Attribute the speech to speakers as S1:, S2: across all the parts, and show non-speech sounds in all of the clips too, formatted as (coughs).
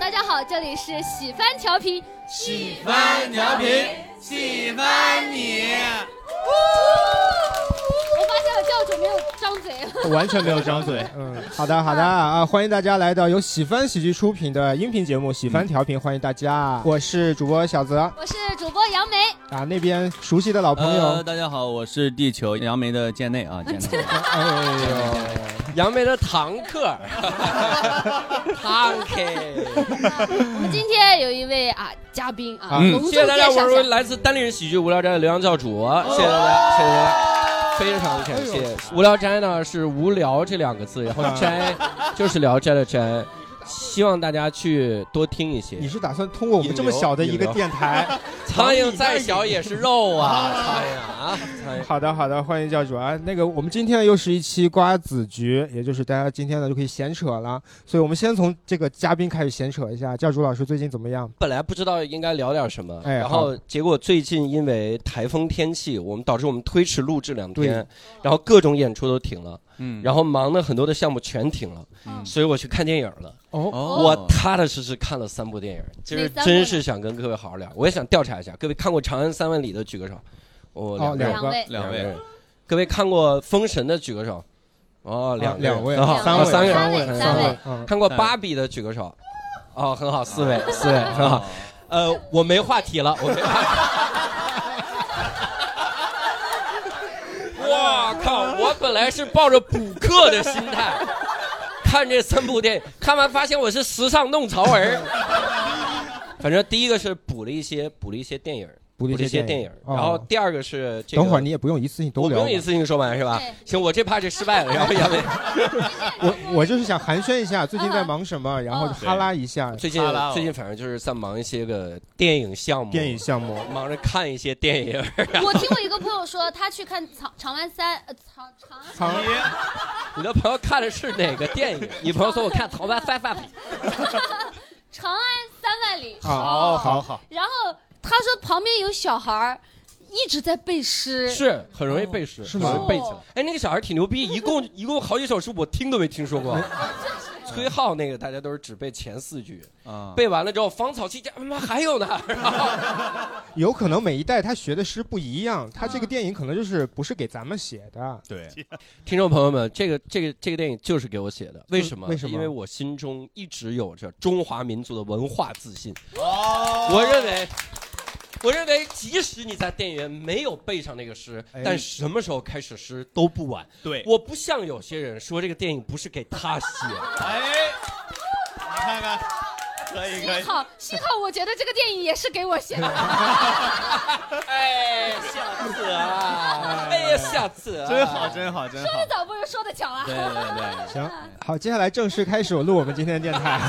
S1: 大家好，这里是喜番调频，
S2: 喜欢调频，喜欢你。
S1: 我发现了教主没有张
S3: (laughs)
S1: 嘴。
S4: 完全没有张嘴。
S3: 嗯，好的好的啊，欢迎大家来到由喜翻喜剧出品的音频节目《喜翻调频》，欢迎大家，我是主播小泽
S1: 我是主播杨梅，
S2: (laughs)
S3: 啊，那边熟悉的老朋
S2: 呃，
S3: 友，
S2: 大家好，我是地球杨梅的建内啊，建内。
S3: 哎呦，
S5: 杨梅的堂客，堂客。
S1: 我们今天有一位啊嘉宾啊，
S3: 嗯
S1: 隆重
S5: 谢谢
S1: 介
S5: 大家，
S1: 绍
S5: 我是
S1: 一下。哦
S5: 来自单立人喜剧无聊斋的刘洋教主，谢谢大家，谢谢大家，非常
S1: 哎
S5: 感谢。无聊斋呢是无聊这两个字，然后
S1: (laughs)
S5: 斋就是聊斋的斋，希望大家去多听一些
S3: 你。是打算通过我们这么小的一个
S5: (laughs)
S3: 电台？
S5: 苍
S3: (laughs)
S5: 蝇再小也是肉啊，苍蝇啊，苍蝇。
S3: 好的好的，欢迎教主啊。那个，我们今天又是一期瓜子局，也就是大家今天呢就可以闲扯了，所以我们先从这个嘉宾开始闲扯一下。教主老师最近怎么样？
S5: 本来不知道应该聊点什么，
S3: 哎
S5: 然后结果最近因为台风天气，我们导致我们推迟录制两天
S3: 对，
S5: 然后各种演出都停了，
S2: 嗯
S5: 然后忙的很多的项目全停了，
S2: 嗯
S5: 所以我去看电影了。
S3: 哦，
S5: 我踏踏实实看了三部电影，其实
S1: 哪三部呢
S5: 真是想跟各位好好聊。我也想调查一下，各位看过《长安三万里》的举个手，我、
S3: 哦
S5: 个人
S3: 两
S1: 两
S3: 个
S1: 位，
S2: 两
S5: 个
S2: 位
S5: 人，各位看过《封神》的举个手，哦，两个人
S3: 啊两位
S5: 很好，
S1: 三
S5: 哦
S1: 位
S5: 三个
S1: 三
S5: 人，
S1: 位
S5: 很好
S1: 三位，
S3: 嗯，
S5: 看过《芭比》的举个手，哦，很好，四位，
S3: 啊
S5: 四位，很
S3: 哦
S5: 好。呃，我没话题了，我没话
S3: (laughs)
S5: 题。哇靠！我本来是抱着补课的心态看这三部电影，看完发现我是时尚弄潮儿。反正第一个是补了一些补了一些电影，
S3: 补了一
S5: 一
S3: 些
S5: 些
S3: 电
S5: 电
S3: 影
S5: 影。
S3: 哦
S5: 然后第二个是这个，
S3: 等会儿你也不用一次性
S5: 我
S3: 都
S5: 不
S3: 聊
S5: 用
S3: 嘛，
S5: 一次性说完是吧
S1: 对？
S5: 行，我这怕是失败了，然后杨梅。
S3: 我我就是想寒暄一下最近在忙什么，然后
S1: 嗯
S3: 哈拉一下
S5: 啊最近
S2: 哈拉哦
S5: 最近反正就是在忙一些个电影项目，
S3: 电影项目。
S5: 忙着看一些电影。
S1: 我听我一个朋友说，他去看《 (laughs) 长长安三》呃，《长长安》
S3: 长
S5: 你的朋友看的是哪个电影？你朋友说我看《逃班三饭》，
S1: 长安三万里。
S3: 好啊哦好好，
S1: 然后他说旁边有小孩儿一直在背诗，
S5: 是很容易背诗，
S3: 哦是吗
S5: 很容易背起来。哎，那个小孩挺牛逼，一共一共好几首诗，我听都没听说过。崔颢那个大家都是只背前四句，
S2: 啊，
S5: 背完了之后，芳草萋萋，妈妈还有呢。然后
S3: 有可能每一代他学的诗不一样，他这个电影可能就是不是给咱们写的。
S2: 对，
S5: 听众朋友们，这个这个这个电影就是给我写的，为什么？
S3: 嗯为什么
S5: 因为我心中一直有着中华民族的文化自信。
S2: 哦
S5: 我认为，我认为，即使你在电影院没有背上那个诗，
S3: 哎
S5: 但什么时候开始诗都不晚。
S2: 对，
S5: 我不像有些人说这个电影不是给他写，
S2: (laughs) 哎，你看看，可以可
S1: 幸
S2: 以，
S1: 好幸好我觉得这个电影也是给我写的。
S5: 哎，下次啊，哎呀，下次、啊，
S2: 真好，真好，真好，
S1: 这咋不是说的巧啊？
S2: 对对对，
S3: 行，好，接下来正式开始录我们今天的电台。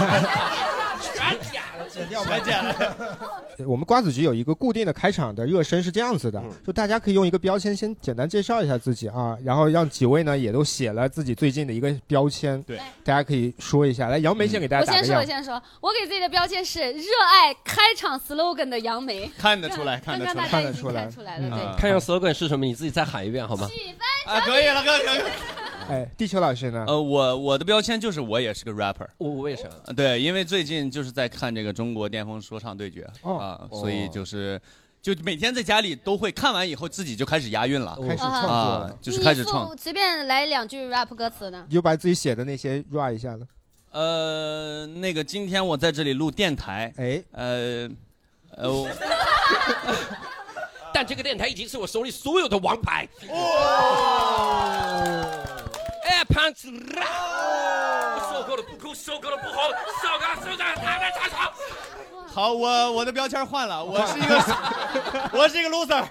S1: (laughs)
S2: 全剪了，
S3: 我们瓜子局有一个固定的开场的热身是这样子的，
S2: 嗯
S3: 就大家可以用一个标签先简单介绍一下自己啊，然后让几位呢也都写了自己最近的一个标签，
S2: 对嗯
S3: 大家可以说一下。来，杨梅先给大
S1: 我
S3: 家打个
S1: 先说，
S3: 样
S1: 我。先说，我给自己的标签是热爱开场 slogan 的杨梅。
S2: 看得出来，看
S1: 刚
S2: 得出
S1: 刚
S2: 来
S1: 大，
S3: 看
S1: 家
S3: 得
S1: 已
S3: 出
S1: 经
S3: 来
S1: 看出来了，
S3: 嗯
S1: 对。
S5: 看上 slogan 是什么？你自己再喊一遍好吗？
S1: 喜
S2: 啊，可以了，可以了。
S3: 哎，地球老师呢？
S2: (laughs) 呃，我我的标签就是我也是个 rapper，
S5: 我我为啥？
S2: 呃对，因为最近就是在看这个中国巅峰说唱对决
S3: 哦
S2: 啊，所以就是就每天在家里都会看完以后自己就开始押韵了
S3: 哦开始创作
S2: 啊
S3: 了，，
S2: 就是开始创
S1: 你。随便来两句 rap 歌词呢？
S3: 你就把自己写的那些 rap 一下子。
S2: 呃，那个今天我在这里录电台，
S3: 哎，
S2: 呃，呃，我
S5: 但这个电台已经是我手里所有的王牌。
S2: 哦
S5: 哎，胖子
S2: 哦
S5: 啦！受够了不哭，受够了不红，受够了受够了他们查查。
S2: 好，我我的标签换了，我是一 (laughs) 个，我是一个 loser，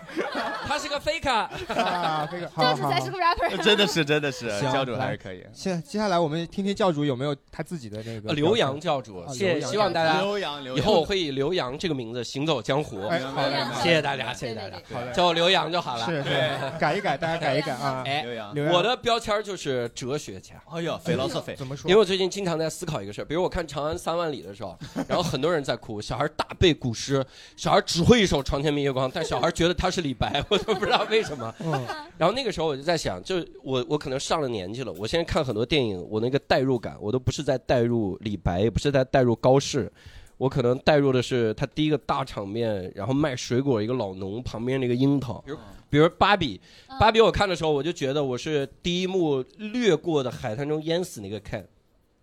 S5: 他是个 faker。
S3: 啊，这个好
S1: 教
S3: 好
S1: 主
S3: 好
S1: 才是个 rapper。
S2: 真的是真的是，
S3: 行
S2: 教主
S3: 来
S2: 还是可以。
S3: 现在接下来我们听听教主有没有他自己的那个
S5: 呃刘洋教主，
S3: 啊
S5: 谢
S3: 刘
S5: 谢，
S3: 洋
S5: 希望大家
S2: 刘洋，刘
S5: 以后我会以刘洋这个名字行走江湖。
S3: 哎，好嘞，好嘞
S5: 谢谢大家，谢谢大家，
S3: 好嘞，
S5: 叫我刘洋就好了。
S3: 是是，改一改，大家改一改啊。
S5: (laughs) 哎，
S2: 刘洋，
S3: 刘洋
S5: 我的标签就是哲学家，
S2: 哎呦，肥劳瑟费，
S3: 怎么说？
S5: 因为我最近经常在思考一个事儿，比如我看《长安三万里》的时候，然后很多人在哭，小孩大背古诗，小孩只会一首《床前明月光》，但小孩觉得他是李白，我都不知道为什么。 (laughs) 然后那个时候我就在想，就是我我可能上了年纪了，我现在看很多电影，我那个代入感，我都不是在代入李白，也不是在代入高适，我可能代入的是他第一个大场面，然后卖水果一个老农旁边那个樱桃，比如嗯比如芭比，芭比我看的时候我就觉得我是第一幕掠过的海滩中淹死那个 Ken，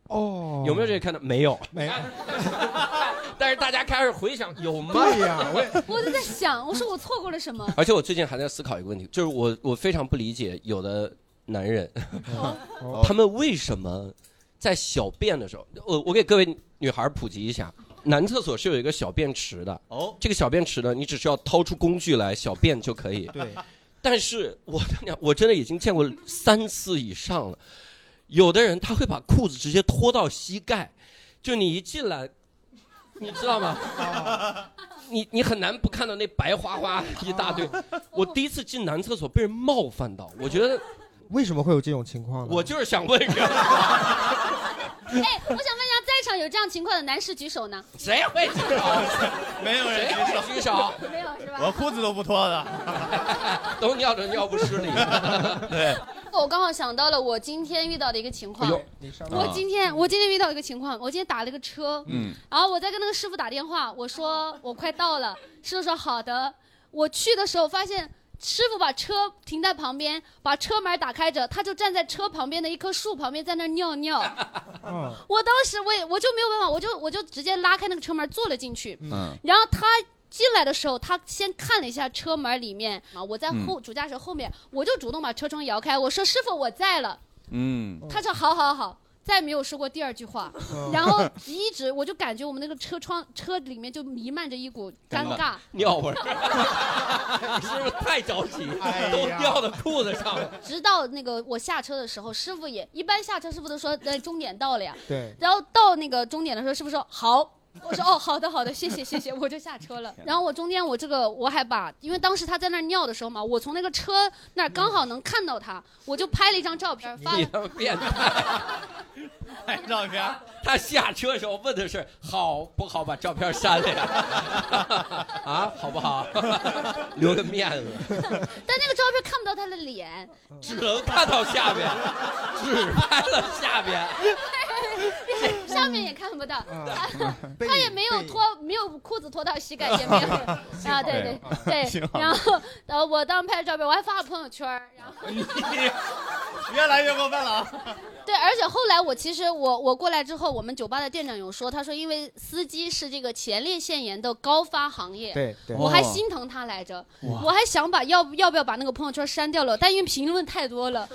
S3: 哦
S5: 有没有这个 Ken 呢？没有，
S3: 没有？
S5: (laughs) 但是大家开始回想有吗？
S3: 对呀、我也
S1: 我就在想，我说我错过了什么？
S5: 而且我最近还在思考一个问题，就是我我非常不理解有的男人， (laughs) 他们为什么在小便的时候，我我给各位女孩普及一下，男厕所是有一个小便池的，
S2: 哦，
S5: 这个小便池呢，你只需要掏出工具来小便就可以。
S3: 对，
S5: 但是我的娘，我真的已经见过三次以上了。有的人他会把裤子直接脱到膝盖，就你一进来，你知道吗？你你很难不看到那白花花一大堆。我第一次进男厕所被人冒犯到，我觉得
S3: 为什么会有这种情况呢？
S5: 我就是想问人，
S1: 哎，我想问一下，在场有这样情况的男士举手呢？
S5: 谁会举手？
S2: 没有人
S5: 谁
S2: 举手，
S5: 会举手？
S1: 没有是吧？
S2: 我裤子都不脱 (laughs) 的。
S5: 都尿着尿不湿里。
S2: (laughs) 对，
S1: 我刚好想到了我今天遇到的一个情况
S5: 哎呦。
S3: 你上
S1: 我今天我今天遇到一个情况，我今天打了个车，
S2: 嗯，
S1: 然后我在跟那个师傅打电话，我说我快到了，师傅说好的。我去的时候发现师傅把车停在旁边，把车门打开着，他就站在车旁边的一棵树旁边在那儿尿尿。
S3: 嗯，
S1: 我当时我也我就没有办法，我就我就直接拉开那个车门坐了进去。
S2: 嗯，
S1: 然后他进来的时候，他先看了一下车门里面啊，我在后、主驾驶后面，我就主动把车窗摇开，我说师傅我在了，
S2: 嗯，
S1: 他说好好好。再没有说过第二句话，然后一直我就感觉我们那个车窗车里面就弥漫着一股尴
S2: 尴
S1: 尬，
S5: 尿味儿， (laughs) 是不是太着急？
S3: 哎
S5: 都
S3: 呀
S5: 尿到裤子上了。
S1: 直到那个我下车的时候，师傅也一般下车师傅都说呃终点到了呀，
S3: 对，
S1: 然后到那个终点的时候，师傅说好。我说哦，好的好的，谢谢谢谢，我就下
S2: (laughs)
S1: 车了。然后我中间我这个我还把，因为当时他在那儿尿的时候嘛，我从那个车那儿刚好能看到他，我就拍了一张照片发
S5: 你
S1: 了。
S5: 他妈变 (laughs) 态！
S2: 拍照片。
S5: (laughs) 他下车的时候问的是好不好，把照片删了呀？ (laughs) 啊，好不好？ (laughs) 留个面子，
S1: 但那个照片看不到他的脸， (laughs)
S5: 只能看到下边，只拍了下边。
S1: 上面也看不到，
S2: 嗯
S3: 背
S1: 他也没有脱，没有裤子脱到膝盖，也
S2: (laughs)
S1: 没有啊，对对
S2: 幸
S1: 对。
S2: 好
S1: 然后呃，我当拍了照片，我还发了朋友圈儿，然后。
S2: 你越来越过分了啊！
S1: 对，而且后来我其实我我过来之后，我们酒吧的店长有说，他说因为司机是这个前列腺炎的高发行业，
S3: 对对
S1: 我还心疼他来着，我还想把要不要不要把那个朋友圈删掉了，但因为评论太
S3: (laughs)
S1: 多了，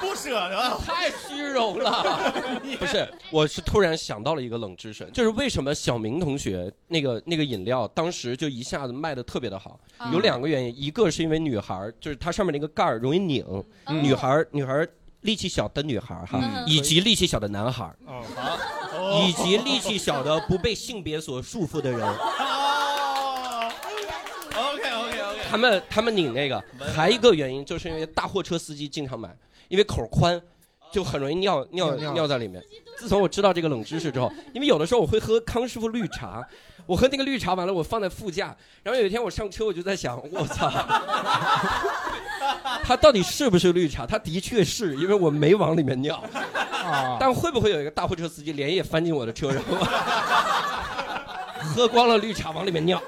S2: 不舍得。
S5: 太虚荣了。 (laughs) 不是，我是突然想到了一个冷知识，就是为什么小明同学那个那个饮料当时就一下子卖的特别的好，
S1: 嗯
S5: 有两个原因，一个是因为女孩儿就是它上面那个盖儿容易拧，
S1: 嗯
S5: 女孩儿女孩儿力气小的女孩儿哈，
S1: 嗯
S5: 以及力气小的男孩儿，
S3: 哦
S5: 以及力气小的不被性别所束缚的人，
S2: 哦，OK OK OK，
S5: 他们他们拧那个，还一个原因就是因为大货车司机经常买，因为口宽，就很容易尿尿
S3: 尿
S5: 尿在里面。自从我知道这个冷知识之后，因为有的时候我会喝康师傅绿茶，我喝那个绿茶完了，我放在副驾，然后有一天我上车我就在想，我操，它到底是不是绿茶？它的确是，因为我没往里面尿，
S3: 啊，
S5: 但会不会有一个大货车司机连夜翻进我的车，然后喝光了绿茶往里面
S3: (laughs)
S5: 尿？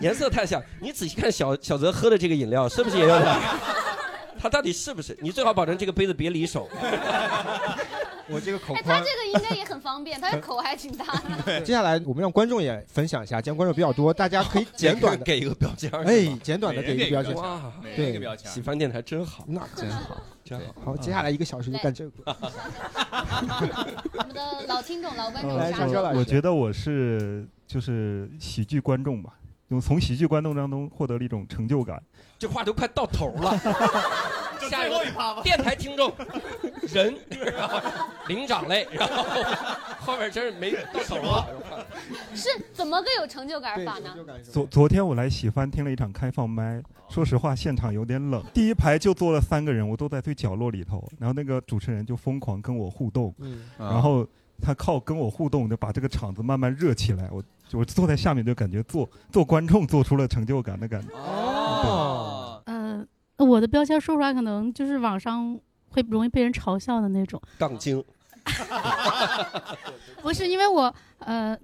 S5: 颜色太像，你仔细看小小泽喝的这个饮料是不是
S3: (laughs)
S5: 也有点儿？他到底是不是？你最好保证这个杯子别离手。
S3: (laughs) 我这个口
S1: 哎，他
S3: 宽。
S1: 这个应该也很方便，他的口还挺大的， (laughs)
S3: 接下来我们让观众也分享一下，既然观众比较多，大家可以简短的，
S5: 给一个标签。
S3: 哎，，简短的
S2: 每人
S3: 给一
S2: 给
S3: 个标签
S2: 一个。
S5: 哇，
S2: 每人
S3: 对
S2: 一个标签嗯
S5: 喜。欢电台真好，
S3: 那真好，
S5: 真好。
S3: 好，接下来一个小时就干这
S6: 哎
S3: 个。
S2: (laughs)
S1: 我们的老听众、老观众
S3: 嗯来，
S1: 啥
S3: 小
S1: 时
S3: 车
S1: 候？
S3: 老师，
S4: 我觉得我是就是喜剧观众吧，就从喜剧观众当中获得了一种成就感。
S5: 这话都快到头了。下一个
S2: 趴吧。
S5: 电台听众，人， (laughs) 然后灵长类，然后后面真是没啊到头了。
S1: 是怎么个有成就感
S3: 对
S1: 法呢
S3: 成？就感是吧
S4: (laughs) 昨昨天我来喜欢听了一场开放麦，说实话现场有点冷，第一排就坐了三个人，我都在最角落里头，然后那个主持人就疯狂跟我互动，
S3: 嗯，
S4: 然后
S7: 他靠跟我互动就把这个场子慢慢热起来。我我坐在下面就感觉做做观众做出了成就感的感觉。
S5: 啊哦，
S6: 呃，我的标签说出来可能就是网上会容易被人嘲笑的那种，
S5: 杠精，
S6: 不是因为我呃。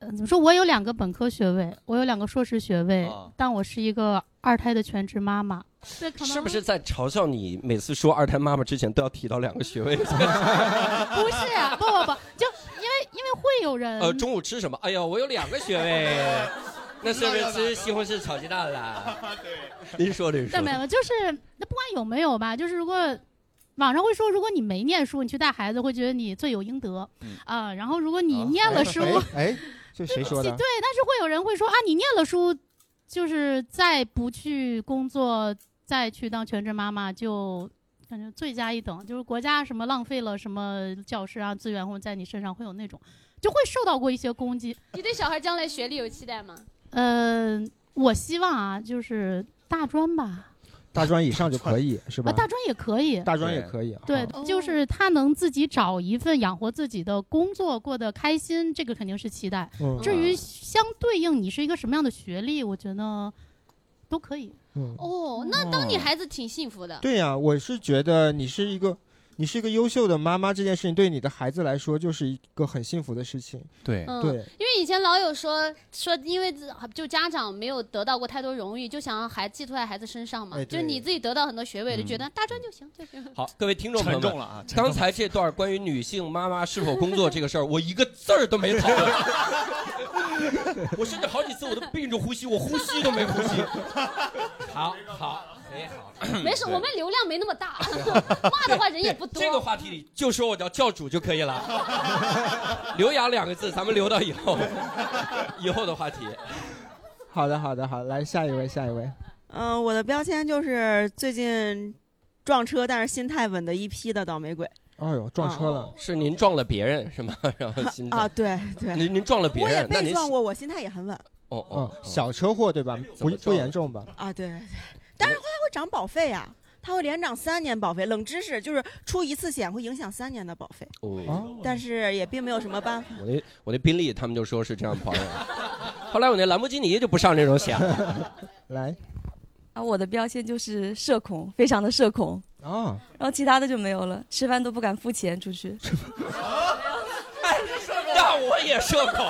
S6: 呃怎么说？我有两个本科学位，我有两个硕士学位，
S2: 啊
S6: 但我是一个二胎的全职妈妈。这可能
S5: 是不是在嘲笑你？每次说二胎妈妈之前都要提到两个学位。
S1: (laughs)
S6: 不是、啊不不不，就因为因为会有人
S5: 呃，中午吃什么？哎呦，我有两个学位，那是不是吃西红柿炒鸡蛋了？ (laughs) 对，您说的，您说
S6: 但没
S5: 的。
S6: 有，就是那不管有没有吧，就是如果网上会说，如果你没念书，你去带孩子，会觉得你罪有应得啊、
S2: 嗯
S6: 然后如果你念了书，
S3: 哎哎，这谁说
S6: 对，
S3: 的？
S6: 但是会有人会说啊，你念了书，就是再不去工作，再去当全职妈妈，就感觉罪加一等，就是国家什么浪费了什么教师啊资源，或者在你身上会有那种，就会受到过一些攻击。
S1: 你对小孩将来学历有期待吗？
S6: 嗯、我希望啊，就是大专吧，
S3: 大专以上就可以是
S6: 啊，
S3: 吧？
S6: 大专也可以，
S3: 大专也可以。
S6: 对
S3: 啊，
S6: 就
S1: 哦
S6: 是他能自己找一份养活自己的工作，过得开心，这个肯定是期待。
S3: 嗯
S6: 至于相对应你是一个什么样的学历，我觉得都可以。
S3: 嗯，
S1: 哦，那当你孩子挺幸福的。
S3: 对呀、我是觉得你是一个。你是一个优秀的妈妈，这件事情对你的孩子来说就是一个很幸福的事情。
S2: 对，
S1: 嗯，
S3: 对，
S1: 因为以前老有说说，因为自就家长没有得到过太多荣誉，就想让孩寄托在孩子身上嘛。
S3: 哎
S1: 就是
S3: 对
S1: 你自己得到很多学位，就
S2: 嗯
S1: 觉得大专就行，就行。
S5: 好，各位听众朋友
S2: 沉
S5: 们
S2: 重，了啊，沉重
S5: 刚才这段关于女性妈妈是否工作这个事儿，我一个字儿都没讨论。 (laughs) 我甚至好几次我都并着呼吸，我呼吸都没呼吸。好好，哎好，
S1: 没事，
S5: 对
S1: 我们流量没那么大，骂的话人也不多。
S5: 这个话题里就说我叫教主就可以了。 (laughs) 留洋两个字，咱们留到以后，以后的话题。
S3: 好的，好的，好，来下一位，下一位。
S8: 嗯、我的标签就是最近撞车，但是心态稳的一批的倒霉鬼
S3: 哎呦，撞车了！
S5: 哦是您撞了别人是吗？然后心
S8: 啊！
S5: 态，
S8: 对对，
S5: 您您撞了别
S8: 我也
S5: 人，那
S8: 被
S5: 您
S8: 撞过，我心态也很稳
S5: 哦
S3: 嗯
S5: 哦，，哎
S3: 小车祸对吧？
S5: 怎
S3: 不
S5: 么
S3: 不
S5: 撞
S3: 严重吧？
S8: 啊！对对对，但是后来会涨保费啊，他会连涨三年保费。冷知识就是出一次险会影响三年的保费，
S5: 哦。
S3: 啊，
S8: 但是也并没有什么办法。
S5: 我那我那宾利，他们就说是这样保养。后来我那兰博基尼就不上这种险了。
S3: (laughs) 来
S9: 啊，我的标签就是社恐，非常的社恐，
S3: 啊，
S9: 然后其他的就没有了，吃饭都不敢付钱出去。
S3: 哎
S5: 那我也社
S3: (laughs)
S5: 恐，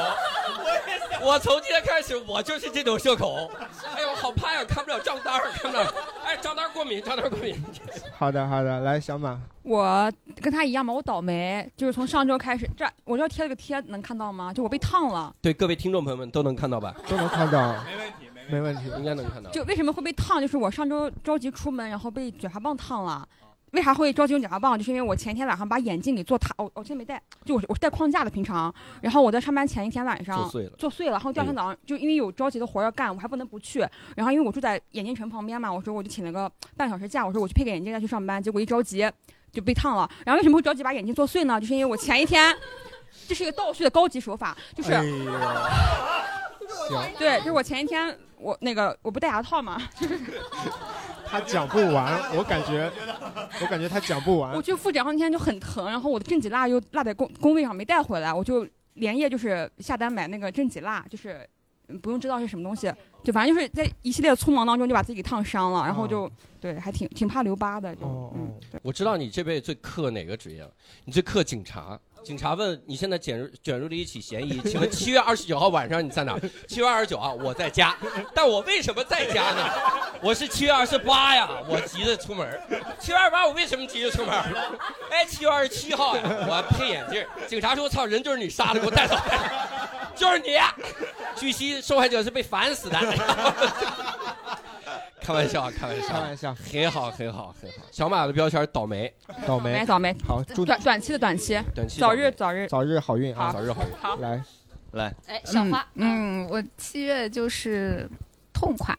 S5: 我从今天开始我就是这种社恐。哎呦，好怕呀，看不了账单儿，看不了。哎，账单儿过敏，账单儿过敏。 (laughs)
S3: 好的好的，来小马，
S10: 我跟他一样嘛，我倒霉，就是从上周开始，这我这要贴了个贴，能看到吗？就我被烫了，
S5: 对各位听众朋友们都能看到吧？
S3: 都能看到，没问题，没问题。
S5: 应该能看到。
S10: 就为什么会被烫？就是我上周着急出门，然后被卷发棒烫
S5: 啊
S10: 了。为啥会着急用卷发棒？就是因为我前天晚上把眼镜给做塌，我我今天没戴，就我是我是戴框架的平常。然后我在上班前一天晚上
S5: 作碎了。
S10: 做碎了，然后第二天早上就因为有着急的活儿要干，我还不能不去。然后因为我住在眼镜城旁边嘛，我说我就请了个半小时假，我说我去配个眼镜再去上班。结果一着急就被烫了。然后为什么会着急把眼镜做碎呢？就是因为我前一天，这是一个倒叙的高级手法，就是、
S3: 哎
S5: 啊
S3: 呀，行，
S10: 对，就是我前一天我那个我不戴牙套嘛，
S3: 他讲不完，我感觉，我感觉他讲不完
S10: 我。去复诊，然后那天就很疼，然后我的正极蜡又落在工工位上没带回来，我就连夜就是下单买那个正极蜡，就是嗯不用知道是什么东西，就反正就是在一系列的匆忙当中就把自己给烫伤了，然后就、对，还挺挺怕留疤的，就、
S3: 哦
S10: 嗯
S3: 哦，
S5: 我知道你这辈子最克哪个职业了？你最克警察。警察问你现在卷入卷入了一起嫌疑，请问七月二十九号晚上你在哪儿？七月二十九号我在家，但我为什么在家呢？我是七月二十八呀，我急着出门儿。七月二十八我为什么急着出门儿？哎，七月二十七号呀，我配眼镜儿。警察说：“操，人就是你杀的，给我带走。”就是你。啊据悉，受害者是被烦死的。开玩笑，开玩
S3: 开
S5: 笑，
S3: 玩笑，
S5: 很好，很好，很好。小马的标签儿倒霉，
S10: 倒
S3: 倒
S10: 霉
S3: 霉。
S10: 倒霉，
S3: 好，祝
S10: 短短期的短期，
S5: 短期
S10: 早
S5: 倒霉
S10: 日早日
S3: 早日好运啊！
S5: 早日好运。
S10: 好。
S3: 来，
S2: 来，
S1: 哎，小花，
S11: 嗯，我七月就是痛快，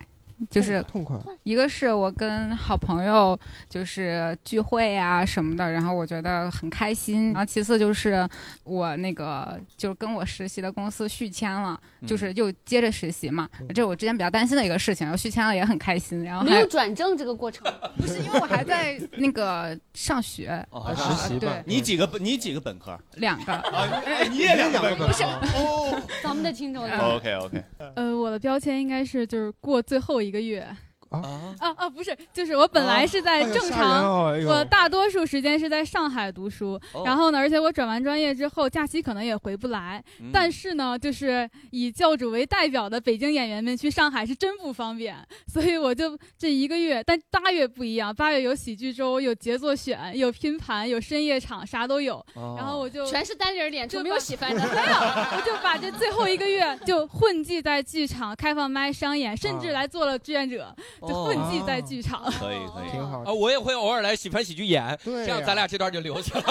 S11: 就是
S3: 痛快。
S11: 一个是我跟好朋友就是聚会啊什么的，然后我觉得很开心。然后其次就是我那个就是跟我实习的公司续签了，
S1: 嗯
S11: 就是又接着实习嘛，这是我之前比较担心的一个事情。然后续签了也很开心，然后
S1: 没
S11: 还
S1: 有转正这个过程，
S11: 不是因为我还在那个上学，
S2: 哦，
S11: 呃
S2: 还是
S3: 啊
S11: 对，
S2: 你几个本你几个本科？
S11: 两个。
S2: 哎你也两个本科？
S11: 不是
S2: 哦，
S1: 咱们的听众
S11: 嗯
S2: OK OK，
S12: 呃，我的标签应该是就是过最后一个月
S2: 啊
S12: 啊啊，不是，就是我本来是在
S3: 啊哎呦
S12: 正
S3: 吓人
S12: 常，
S3: 哦哎呦
S12: 我大多数时间是在上海读书，
S3: 哦
S12: 然后呢，而且我转完专业之后，假期可能也回不来，
S13: 嗯
S12: 但是呢，就是以教主为代表的北京演员们去上海是真不方便，所以我就这一个月，但八月不一样，八月有喜剧周，有杰作选，有拼盘，有深夜场，啥都有，
S1: 哦
S12: 然后我就
S1: 全是单人脸，就没有喜翻的。
S12: 我就把这最后一个月就混迹在剧场、开放麦、商演，甚至来做了志愿者，
S5: 哦
S12: 就混迹在剧场。
S2: 可以可以，
S3: 挺好。
S5: 啊，我也会偶尔来喜欢喜剧演，这样咱俩这段就留下了。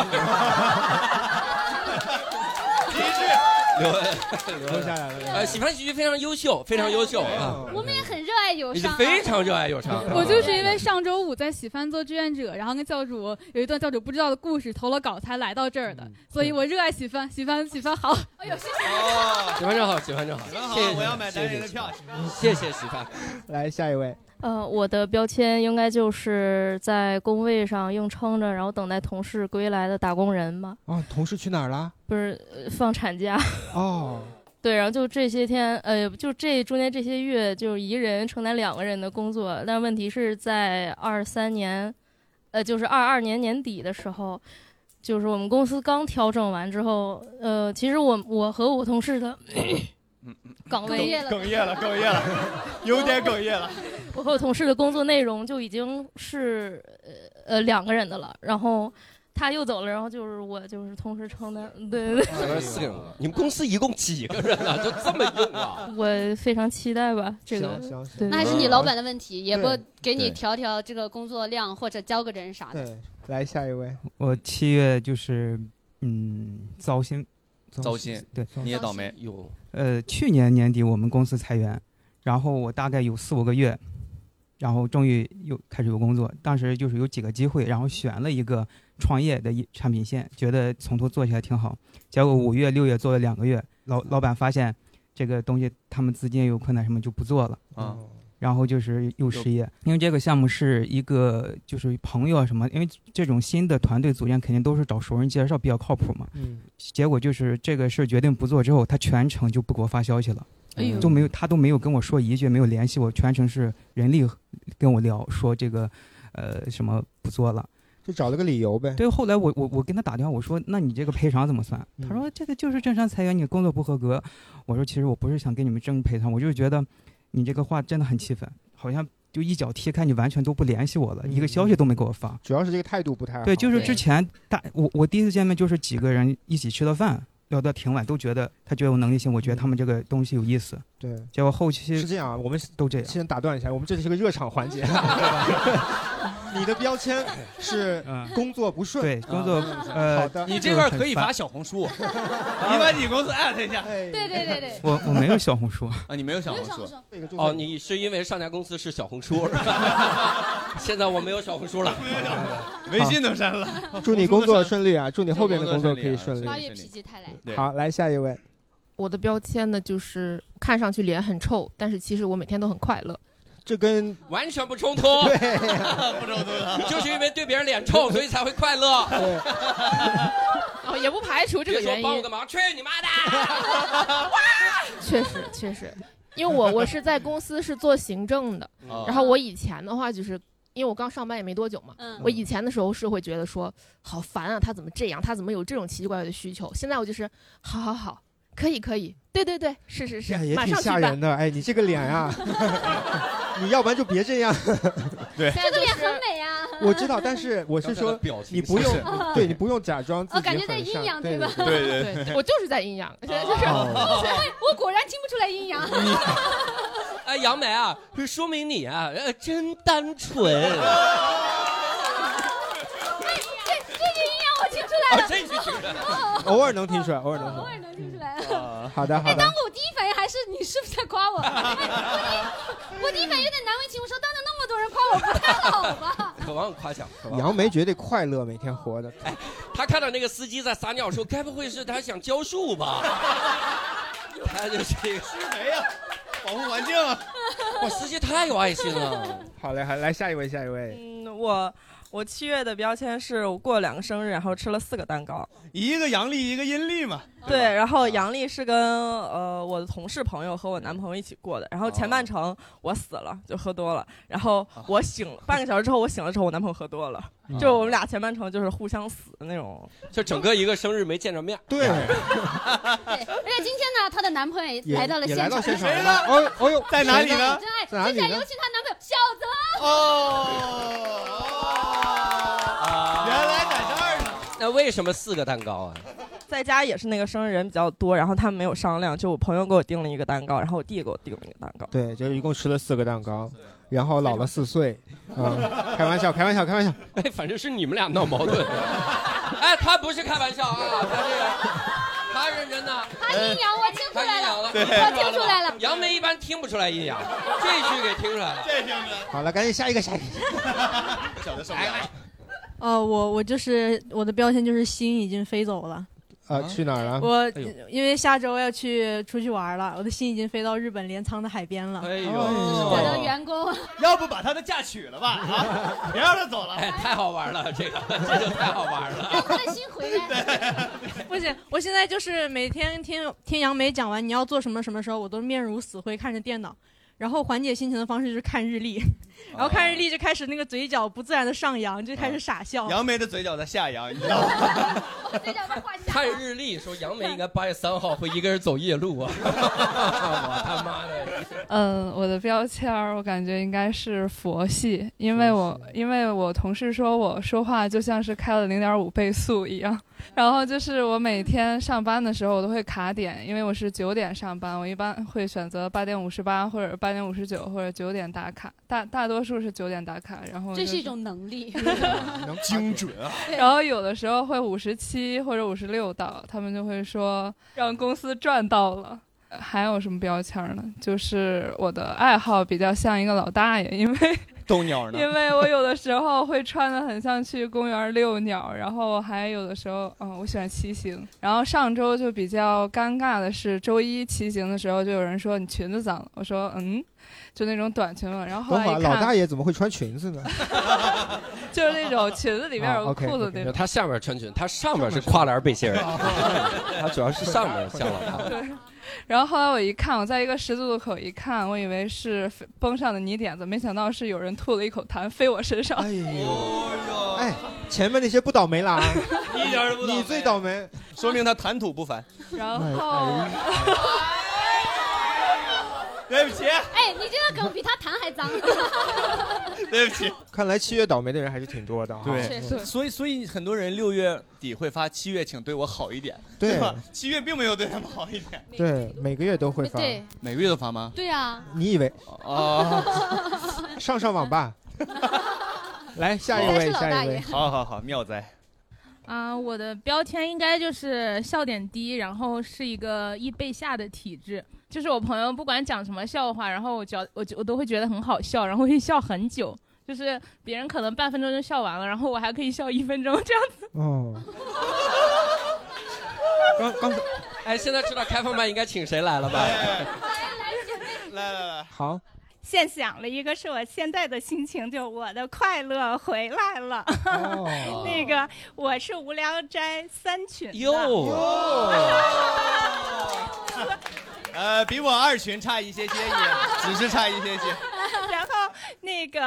S5: 留留下来了。呃，喜欢喜剧非常优秀，非常优秀啊，
S12: 我们也很热爱友
S5: 你是非常热爱友商。
S12: 啊我就是因为上周五在喜番做志愿者，然后跟教主有一段教主不知道的故事，投了稿才来到这儿
S5: 嗯
S12: 的，所以我热爱喜番，喜番，喜番好。
S1: 哦
S12: 哎呦，谢谢。
S5: 喜啊欢正好，喜欢正好，
S2: 喜欢好
S5: 谢谢
S2: 我要买单人的
S5: 谢谢嗯
S2: 票
S5: 谢谢喜欢。
S3: 来下一位，
S9: (laughs) 呃，我的标签应该就是在工位上硬撑着，然后等待同事归来的打工人吧，
S3: 啊，同事去哪儿了？
S9: 不是、呃放产假。
S3: 哦，
S9: 对，然后就这些天，呃，就这中间这些月，就是一人承担两个人的工作。但问题是在二三年，呃，就是二二年年底的时候，就是我们公司刚调整完之后，呃，其实我我和我同事
S1: 嗯
S9: 的岗位
S2: 哽咽了，哽咽了，有点哽咽了。
S9: 我和我同事的工作内容就已经是呃呃两个人的了，然后他又走了，然后就是我就是同时承担，对对
S5: 喜欢四个人了，你们公司一共几个人啊？就这么用啊？
S9: 对， (laughs) 我非常期待吧这个
S5: 行行，
S9: 对
S1: 那还是你老板的问题，也不
S9: 对
S1: 给
S9: 对
S1: 你调调这个工作量或者教个人啥的。
S3: 对，来下一位，
S14: 我七月就是嗯糟心，
S2: 糟心
S14: 对，
S2: 你也倒霉糟心
S5: 有。
S14: 呃，去年年底我们公司裁员，然后我大概有四五个月，然后终于又开始有工作。当时就是有几个机会，然后选了一个创业的一产品线，觉得从头做起来挺好。结果五月、六月做了两个月，老老板发现这个东西他们资金有困难，什么就不做了。
S2: 啊，
S14: 然后就是又失业，因为这个项目是一个就是朋友啊什么，因为这种新的团队组建肯定都是找熟人介绍比较靠谱嘛。
S3: 嗯，
S14: 结果就是这个事儿决定不做之后，他全程就不给我发消息了，
S3: 哎呦
S14: 都没有他都没有跟我说一句，没有联系我，全程是人力跟我聊说这个，呃什么不做了。
S3: 就找了个理由呗。
S14: 对，后来我我我跟他打电话，我说那你这个赔偿怎么算？他
S3: 嗯
S14: 说这个就是正常裁员，你工作不合格。我说其实我不是想跟你们争赔偿，我就是觉得你这个话真的很气愤，好像就一脚踢开，你完全都不联系我了，一个消息都没给我发。
S3: 主要是这个态度不太好。
S14: 对，就是之前大我我第一次见面就是几个人一起吃的饭，聊得挺晚，都觉得他觉得有能力性，我觉得他们这个东西有意思。
S3: 对，
S14: 结果后期
S3: 是这样啊，我们
S14: 都这样。
S3: 先打断一下，我们这是个热场环节。 (laughs) 你的标签是
S5: 嗯
S3: 工作不顺，
S14: 对工作
S3: 啊
S14: 呃
S3: 好的，
S14: 你这块可以发
S2: 小红书， (laughs) 你把你公司艾特一下。
S3: 对
S1: 对对对，
S14: 我我没有小红书
S2: (laughs)
S14: (laughs)
S2: 啊，你没有小红
S1: 没有小
S2: 书
S1: 红书
S5: 哦，你是因为上家公司是小红书，是吧现在我没有小红书了，
S2: 微信都删了。
S14: 啊
S5: (laughs)
S3: 祝你工作顺利啊！祝你后边的工作可以顺
S15: 八月
S3: 利。
S15: 否极泰来。
S3: 好，来下一位，
S15: 我的标签呢，就是看上去脸很臭，但是其实我每天都很快乐。
S3: 这跟
S5: 完全不冲突， (laughs)
S3: 对
S5: 不冲突就是因为对别人脸臭，所以才会快乐。
S15: 哦，也不排除这个
S5: 别
S15: 原
S5: 说帮我
S15: 因
S5: 个。忙，去你妈的！
S15: 确实，确实，因为我我是在公司是做行政的，
S5: 哦
S15: 然后我以前的话就是。因为我刚上班也没多久嘛，
S1: 嗯
S15: 我以前的时候是会觉得说好烦啊，他怎么这样，他怎么有这种奇奇怪怪的需求？现在我就是好好好，可以可以，对对对，是是是
S3: 呀，也
S15: 马
S3: 挺
S15: 上去
S3: 吓
S15: 办
S3: 人。的。哎，你这个脸啊， (laughs) 你要不然就别这样。
S2: 对
S1: 这个脸很美啊！
S3: 我知道，但是我是
S5: 刚才
S3: 说
S5: 的表，情
S3: 你不用
S5: 是不是
S3: (laughs) 对你不用假装自
S1: (laughs) 哦
S3: 己
S1: 感觉在
S3: 很
S1: 阴
S3: 善
S1: 阳
S3: 对
S1: 对吧
S2: 对对
S1: (laughs)
S15: 对我就是在阴阳， (laughs) 就是
S5: 哦
S1: 哦我果然听不出来阴阳。
S5: (laughs) 哎，杨梅啊，这说明你啊，呃，真单纯。
S1: 这这个阴阳我听出来了，
S5: 哦这你听出来了
S1: 哦
S3: 偶尔能听出来，偶尔能听出
S1: (laughs) 偶尔能听出来了。
S3: 来。好的，好
S1: 哎，
S3: 的
S1: 当。我第一反应还是你是是不是在夸我？我第一反应有点难为情，我说当着那么多人夸我，不太好吧？
S5: 渴望夸奖，哎渴望。
S3: 杨梅绝对快乐每天
S5: (laughs)
S3: 活的，
S5: 他看到那个司机在撒尿，说：“该不会是他想浇树吧？”他就是这个施肥呀，保护环境。哇，司机太有爱心了。
S3: (laughs) 好嘞，好嘞，来下一位，下一位。
S16: 嗯，我我七月的标签是我过了两个生日，然后吃了四个蛋糕。
S2: 一个阳历，一个阴历嘛。
S16: 对，然
S5: 啊
S16: 后阳历是跟呃我的同事朋友和我男朋友一起过的，然后前
S5: 哦
S16: 半程我死了，就喝多了，然后
S5: 啊
S16: 我醒了半个小时之后我醒了之后，我男朋友喝多了，就我们俩前半程就是互相死的那种。
S5: 就整个一个生日没见着面。对，
S1: 对，而且今天呢，她的男朋友也来到了哎现场，
S2: 谁呢？
S3: 哦哦呦，
S2: 在哪里
S1: 真
S2: 呢？
S1: 爱，
S3: 在哪里
S1: 现
S3: 呢
S1: 在有请她男朋友小泽。
S5: 原来在这儿呢。那为什么四个蛋糕啊？
S16: 在家也是那个生日人比较多，然后他们没有商量，就我朋友给我订了一个蛋糕，然后我弟给我订了一个蛋糕。
S3: 对，就一共吃了四个蛋糕，然后老了四 (laughs) 岁，啊、开玩笑，开玩笑，开玩笑。
S5: 哎，反正是你们俩闹矛盾。哎，他不是开玩笑啊，他这个，他认真的。哎
S1: 他阴阳，我听出来了，
S5: 他
S1: 我
S5: 阴阳
S1: 听出来了。
S5: 杨梅一般听不出来阴阳，这句给听出来了。
S2: 这听出来。
S3: (laughs) 好了，赶紧下一个，下一个。
S2: 小的受不了了。
S17: 哦，我我就是我的标签就是心已经飞走了。
S3: 啊，去哪儿了？
S17: 我
S3: 哎呦
S17: 因为下周要去出去玩了，我的心已经飞到日本镰仓的海边了。
S5: 哎呦，
S3: 哦
S1: 我的员工，啊
S2: (laughs) 要不把他的假取了吧？啊，别让他走了。
S5: 哎，太好玩了，这个这就太好玩了。
S1: 开心回来。
S17: (laughs) 不行，我现在就是每天听听杨梅讲完你要做什么什么时候，我都面如死灰看着电脑，然后缓解心情的方式就是看
S2: (laughs)
S17: 日历，然后
S2: 哦
S17: 看日历就开始那个嘴角不自然的上扬，就开始傻笑。
S2: (laughs) 杨梅的嘴角在下扬，你知道吗？
S1: (laughs)
S5: (laughs) 看日历说杨梅应该八月三号会一个人走夜路啊！我他妈的，
S18: 嗯，我的标签儿我感觉应该是佛系，因为我因为我同事说我说话就像是开了零点五倍速一样， (laughs) 然后就是我每天上班的时候我都会卡点，因为我是九点上班，我一般会选择八点五十八或者八点五十九或者九点打卡，大大多数是九点打卡，然后
S1: 这
S18: 就是
S1: 一
S18: (laughs)
S1: 种
S5: (laughs)
S1: 能力。
S2: 精准啊！
S18: 然后有的时候会五十七或者五十六到，他们就会说让公司赚到了。呃还有什么标签儿呢？就是我的爱好比较像一个老大爷，因为
S2: (laughs)
S18: (laughs)
S2: 逗鸟呢？
S18: 因为我有的时候会穿的很像去公园遛鸟，然后还有的时候，嗯，我喜欢骑行。然后上周就比较尴尬的是，周一骑行的时候就有人说你裙子脏了，我说嗯，就那种短裙嘛。然后后
S3: 等
S18: 来
S3: 会儿
S18: 一看，
S3: 老大爷怎么会穿裙子呢？
S18: (laughs) 就是那种裙子里
S3: 啊
S18: 面 (laughs) 有个裤子那种。
S5: 他下面穿裙， (laughs) 他上面是跨栏背心儿， (laughs) 他主要是上面像老大。
S18: (laughs) 对，然后后来我一看，我在一个十字路口一看，我以为是飞崩上的泥点子，没想到是有人吐了一口痰飞我身上。哎
S3: 呦，哎，前面那些不倒霉
S18: (laughs)
S3: 啦，哎
S2: 一点都不
S3: 你最倒霉，
S2: 说明他谈吐不凡。
S18: 然
S3: 哎
S18: 哦
S3: 后
S2: 对不起，
S1: 哎，你这个梗比他痰还脏。
S2: 对不起。
S3: 看来七月倒霉的人还是挺多的哈。
S2: 对，所以所以很多人六月底会发七月请对我好一点，
S3: 对
S2: 吧？七月并没有对他们好一点，
S3: 对，每个月都会发。
S1: 对
S2: 每个月都发吗？
S1: 对呀，
S3: 你以为？
S2: 哦，
S3: 上上网吧。来下一
S13: 我才
S3: 位，
S13: 是老大
S3: 下一
S13: 爷
S3: 位。
S2: 好好好，妙哉。
S13: 啊、我的标签应该就是笑点低，然后是一个易被吓的体质。就是我朋友不管讲什么笑话，然后我觉我觉我都会觉得很好笑，然后会笑很久。就是别人可能半分钟就笑完了，然后我还可以笑一分钟这样子。
S5: (laughs)
S3: 哦，刚刚
S5: 哎，现在知道开放麦应该请谁来了吧？
S2: 哎 (laughs) 来来来，
S3: 好，
S19: 现想了一个是我现在的心情，就我的快乐回来了。
S3: 哦
S19: (laughs) 那个我是无聊斋三群的。
S2: 呃，比我二群差一些些，也只是差一些些。
S19: (laughs) 然后那个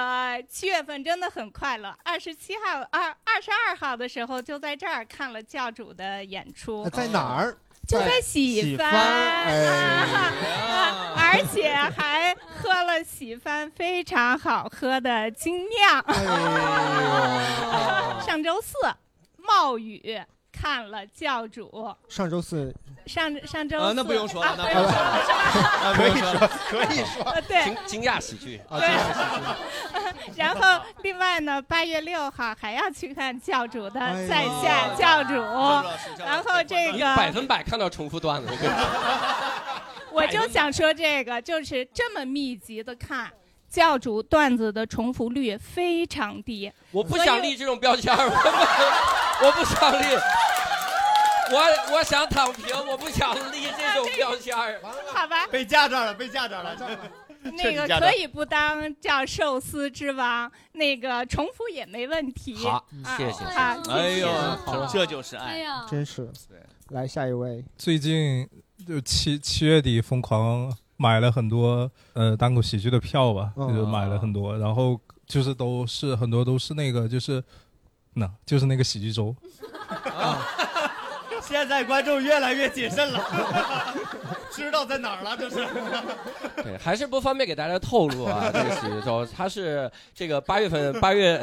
S19: 七月份真的很快乐，二十七号、二二十二号的时候就在这儿看了教主的演出，
S3: 哎啊在哪儿？
S19: 就在喜
S3: 喜
S19: 番，
S3: 哎，
S19: (laughs) 而且还喝了喜番非常好喝的精酿。 (laughs) 上周四，冒雨看了教主。
S3: 上周四
S19: 上上周四、
S3: 啊那不用说了
S19: 啊
S3: 那
S19: 不
S3: 不
S19: 用
S3: 用
S19: 说
S3: 说了
S19: 了，是吧
S3: 可以说
S19: (laughs)
S3: 可以
S19: 呃
S3: 说
S19: 对
S5: 惊惊讶喜剧啊
S19: 对， (laughs) 然后另外呢，八月六号还要去看教主的
S5: 哎呦
S19: 在下教主，然后这
S5: 你
S19: 个
S5: (laughs) 百分百看到重复段子，我跟你说
S19: (laughs) 我就想说这个，就是这么密集的看。教主段子的重复率非常低，
S5: 我不
S19: 所以
S5: 想立这种标签儿， (laughs) 我不想立，我我想躺平，我不想立这种标签儿。
S19: 好吧，
S20: 被架这儿了，被架
S1: (laughs)
S20: 这儿了。 (laughs)
S19: 那个可以不当叫寿司之王，那个重复也没问题。
S2: 好
S19: 啊
S2: 谢谢
S19: 好，
S2: 哎
S19: 谢谢
S2: 呦
S19: 好
S2: 这就是爱哎呀
S3: 真是。来下一位，
S21: 最近就七七月底疯狂买了很多呃单口喜剧的票吧，
S3: 嗯
S21: 就是买了很多，然后就是都是很多都是那个就是，那就是那个喜剧周，
S20: 现在观众越来越谨慎
S2: (laughs)
S20: 了，知道在哪儿了，这是。
S5: 对，还是不方便给大家透露啊。这个喜剧周，它是这个八月份八月，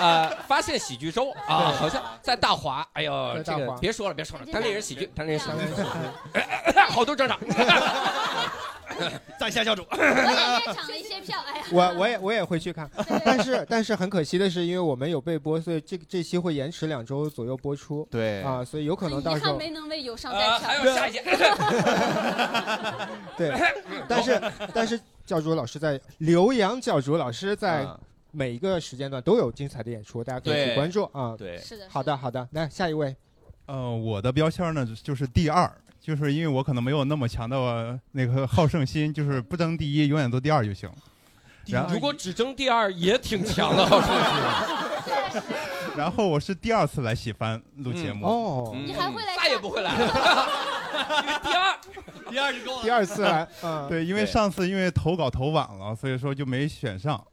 S5: 呃，发现喜剧周啊，
S20: 对
S5: 好像在大华。哎呦，
S20: 在
S5: 这
S20: 大华
S5: 个别说了，别说了，单立人喜剧，单立人喜剧， (laughs) 好多正常。
S2: 在下教主，
S1: 我也抢了一些票，哎呀，
S3: 我我也我也会去看，但是但是很可惜的是，因为我们有备播，所以这这期会延迟两周左右播出。
S2: 对
S3: 啊，所以有可能到
S1: 遗
S3: 时候
S1: 憾没能为友商带票。
S5: 啊还有下一届，
S3: 对，但是但是教主老师在刘洋教主老师在
S2: 嗯
S3: 每一个时间段都有精彩的演出，大家可以去
S21: 对
S3: 关注啊。
S21: 对是的
S3: 好的好的，来下一位，
S20: 呃，我的标签呢就是第二，就是因为我可能没有那么强的那个好胜心，就是不争第一，永远做第二就行。然后
S5: 如果只争第二也挺强的，好像
S20: 然后我是第二次来喜番录节目、
S5: 嗯哦你还
S1: 会来
S5: 再也不会来了，因为第
S2: (laughs)
S5: 二，第二就够了。
S3: 第二次来，嗯，
S20: (laughs) 对，
S3: (laughs)
S20: 因为上次因为投稿投晚了，所以说就没选上啊、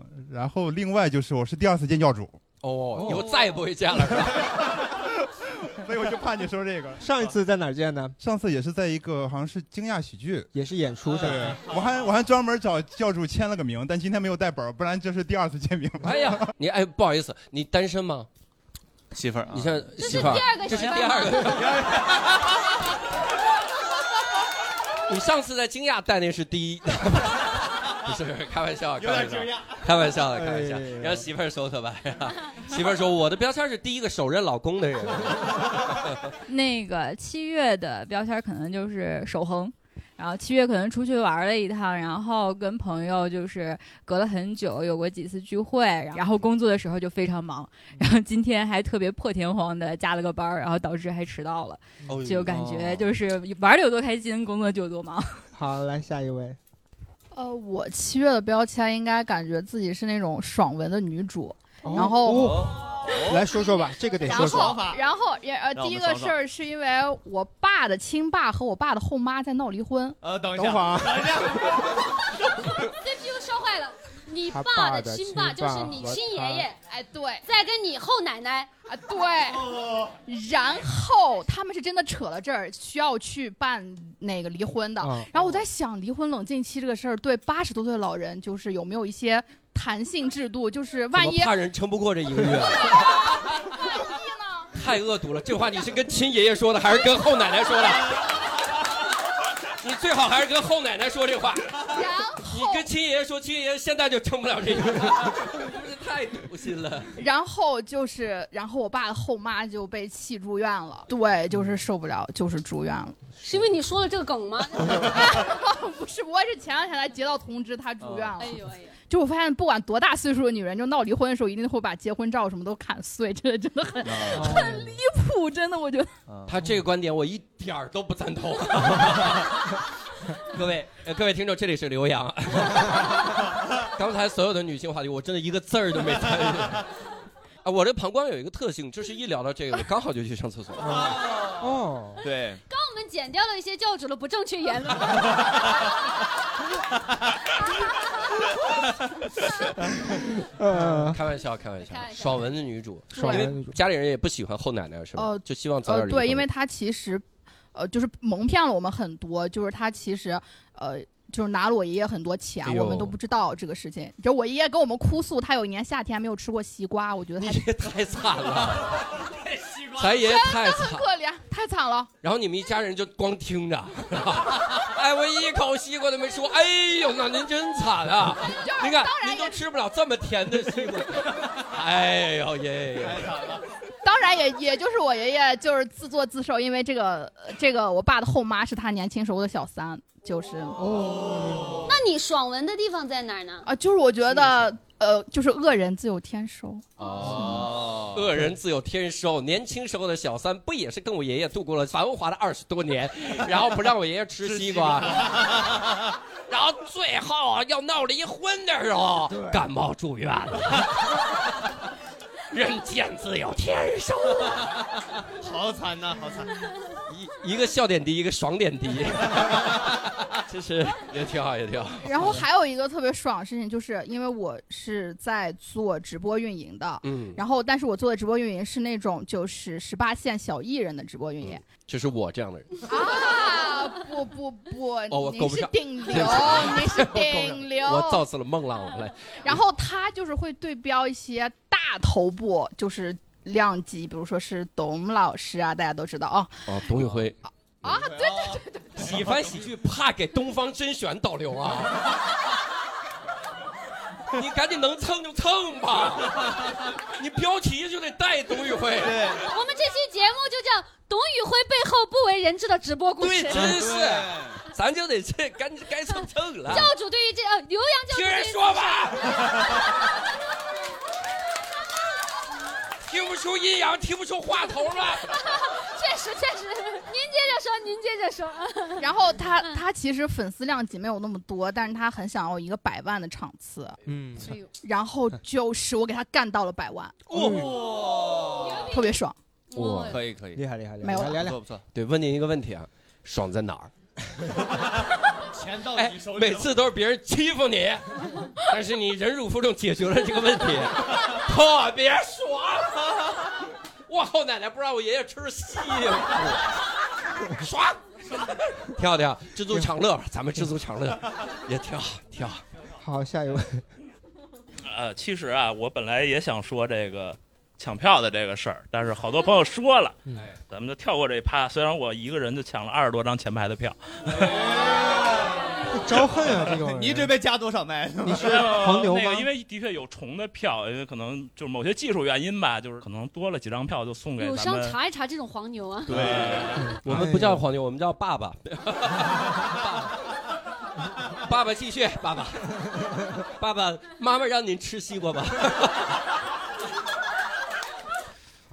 S20: 嗯然后另外就是我是第二次见教主，
S5: 哦，以后再也不会这样了，是
S2: (laughs)
S5: 吧？
S20: 所以我就怕你说这个。
S3: (laughs) 上一次在哪儿见呢？
S20: 上次也是在一个好像是惊讶喜剧，
S3: 也是演出上
S20: 对，我还我还专门找教主签了个名，但今天没有带本儿，不然这是第二次签名。
S5: 哎呀，你哎，不好意思，你单身吗？
S2: 媳妇儿，啊
S5: 你像
S2: 是
S5: 媳妇儿
S2: 第二个，
S5: 这是
S2: 媳妇儿
S5: 第二
S1: (laughs)
S5: 个。
S13: (laughs)
S5: 你上次在惊讶带那是第一， (laughs) 不是开玩笑，开玩笑，开玩笑的，开玩笑，让媳妇儿收他吧。 (laughs) 媳妇儿说我的标签是第一个手刃老公的人，
S22: 那个七月的标签可能就是手横，然后七月可能出去玩了一趟，然后跟朋友就是隔了很久有过几次聚会，然后工作的时候就非常忙，然后今天还特别破天荒的加了个班儿，然后导致还迟到了
S5: 哦，
S22: 就感觉就是玩的有多开心，工作就有多忙。
S3: 好，来下一位，
S23: 呃，我七月的标签应该感觉自己是那种爽文的女主，
S3: 哦
S23: 然后。
S3: 哦来说说吧，这个得
S23: 然
S3: 说
S23: 后
S3: 说。，
S23: 然后也呃，
S3: 让我们
S23: 第一个事儿是因为我爸的亲爸和我爸的后妈在闹离婚。
S20: 呃，等
S3: 一下等会儿啊
S20: 等一
S1: ，CPU 烧坏了。你
S23: 他
S1: 爸
S23: 爸
S1: 的
S23: 的
S1: 亲
S23: 亲爸
S1: 就是你亲爷
S23: 我
S1: 爷，哎，对，再跟你后奶奶，
S23: 啊，
S3: 哦
S23: 对， (laughs) 然后他们是真的扯到这儿，需要去办那个离婚的。
S3: 哦
S6: 嗯
S23: 然后我在想，离婚冷静期这个事儿，对八十多岁的老人，就是有没有一些弹性制度？就是万一
S5: 我怕人撑不过这一个 (laughs) 月，啊太恶毒了。这话你是跟亲爷爷说的，还是跟后奶奶说的？ (laughs) 你最好还是跟后奶奶说这话。你跟亲爷爷说，亲爷爷现在就撑不了这一个月，不是 (laughs) 太堵心了。
S23: 然后就是，然后我爸的后妈就被气住院了，对，
S5: 嗯
S23: 就是受不了，就是住院了。
S1: 是因为你说了这个梗吗？
S23: (laughs)
S1: (laughs)
S23: 不是，我也是前两天才接到通知，她住院了。
S1: 哎呦哎呦，
S23: 就我发现，不管多大岁数的女人，就闹离婚的时候，一定会把结婚照什么都砍碎，这个真的很、
S5: 哦
S23: (laughs) 很离谱，真的，我觉得。
S5: 他这个观点我一点儿都不赞同。 (laughs) 各位、呃各位听众，这里是刘洋。 (laughs) 刚才所有的女性话题，我真的一个字儿都没参与。啊，我这膀胱有一个特性，就是一聊到这个，我刚好就去上厕所。
S3: 哦，
S5: 对，
S1: 刚我们剪掉了一些教主的不正确
S5: (laughs)
S1: 言论。
S3: 呃，
S5: 开玩笑，开玩笑
S23: 开玩，笑
S5: 爽文的女主，
S23: 爽文的
S5: 因为家里人也不喜欢后奶奶，是吧？
S23: 哦
S5: 就希望早
S23: 呃
S5: 点，离婚。
S23: 对，因为他其实，呃，就是蒙骗了我们很多，就是他其实，呃。就是拿了我爷爷很多钱，
S5: 哎呦
S23: 我们都不知道这个事情。就我爷爷跟我们哭诉，他有一年夏天没有吃过西瓜，我觉得他
S5: (laughs) 太惨了，咱爷爷太
S23: 真的很
S5: 惨。
S23: 可怜，太惨了。
S5: 然后你们一家人就光听着， (laughs) 哎，我一口西瓜都没吃过，哎呦，那您真惨
S23: (laughs)
S5: 啊！您看，您都吃不了这么甜的西瓜，哎呦耶！
S23: 当然也也就是我爷爷就是自作自受，因为这个这个我爸的后妈是他年轻时候的小三，就是哦
S1: 那你爽文的地方在哪儿呢？
S23: 啊，就是我觉得呃，就是恶人自有天收。
S5: 哦，恶人自有天收。年轻时候的小三不也是跟我爷爷度过了繁华的二十多 (laughs) 年，然后不让我爷爷吃西瓜，然后最后啊要闹离婚的时候感冒住院了。人间自有天收，
S2: (laughs) 好惨呐、
S5: (laughs)
S2: 好惨！
S5: 一个笑点低，一个爽点 (laughs) 低，其实也挺好，也挺好。
S23: 然后还有一个特别爽的事情，就是因为我是在做直播运营的，
S5: 嗯
S23: 然后但是我做的直播运营是那种就是十八线小艺人的直播运
S5: 嗯
S23: 营、
S5: 就是我这样的人，
S23: 啊，不不不，
S5: 哦，我
S23: 你
S5: 够不
S23: 是
S5: 上，
S23: 顶流，
S5: 对不起
S23: 你
S5: (laughs) 我够
S23: 是
S5: 不上
S23: 顶流，
S5: 我造次了孟浪了，来，
S23: 然后他就是会对标一些大头部，就是量级，比如说是董老师啊，大家都知道啊、
S5: 哦，董宇辉，
S23: 啊，对对对对
S5: 喜欢喜剧，怕给东方甄选导流啊！ (laughs) 你赶紧能蹭就蹭吧，你标题就得带董宇辉。对，
S1: 我们这期节目就叫《董宇辉背后不为人知的直播故事》。
S5: 真是，咱就得这赶紧该蹭蹭了。
S1: 教主对于这呃，刘洋教主
S5: 听
S1: 对于
S5: 人说吧，听不出阴阳，听不出话头了。
S1: (laughs) 确实确实，
S5: (laughs)
S1: 您接着说，您接着说。
S23: 然后他他其实粉丝量级没有那么多，但是他很想要一个百万的场次，
S24: 嗯，
S23: 然后就是我给他干到了百
S5: (laughs)
S23: 万，嗯
S5: 哦，
S23: 特别爽。
S5: 哇，可以可以，
S3: 厉害厉害厉害
S23: 没有了
S3: 来来来
S5: 不错不错。对，问您一个问题啊，爽在哪儿？
S2: 钱到
S5: 哎
S2: 你手，里
S5: 每次都是别人欺负 (laughs) 你，但是你忍辱负重解决了这个问题，特别爽。我后奶奶不让我爷爷吃西瓜， (laughs) 爽。挺好挺好，知足常乐吧，咱们知足常乐也挺好挺好。
S3: 好，下一
S5: (laughs)
S3: 位。
S4: 呃，其实啊，我本来也想说这个抢票的这个事儿，但是好多朋友说了，
S5: 嗯
S4: 哎咱们就跳过这一趴。虽然我一个人就抢了二十多张前排的
S5: (laughs)
S4: 票，
S3: 招恨啊，这
S2: (laughs)
S3: 种
S2: 你准备加多少麦？你
S3: 是黄牛吗
S4: 哎那个，因为的确有重的票，因为可能就是某些技术原因吧，就是可能多了几张票就送给
S1: 友
S4: 咱
S1: 商
S4: 们。哎
S1: 查一查这种黄牛啊。
S23: (laughs)
S5: 我们不叫黄牛，我们叫爸爸。爸爸继续，爸爸，爸爸，妈妈让您吃西瓜吧。 (laughs)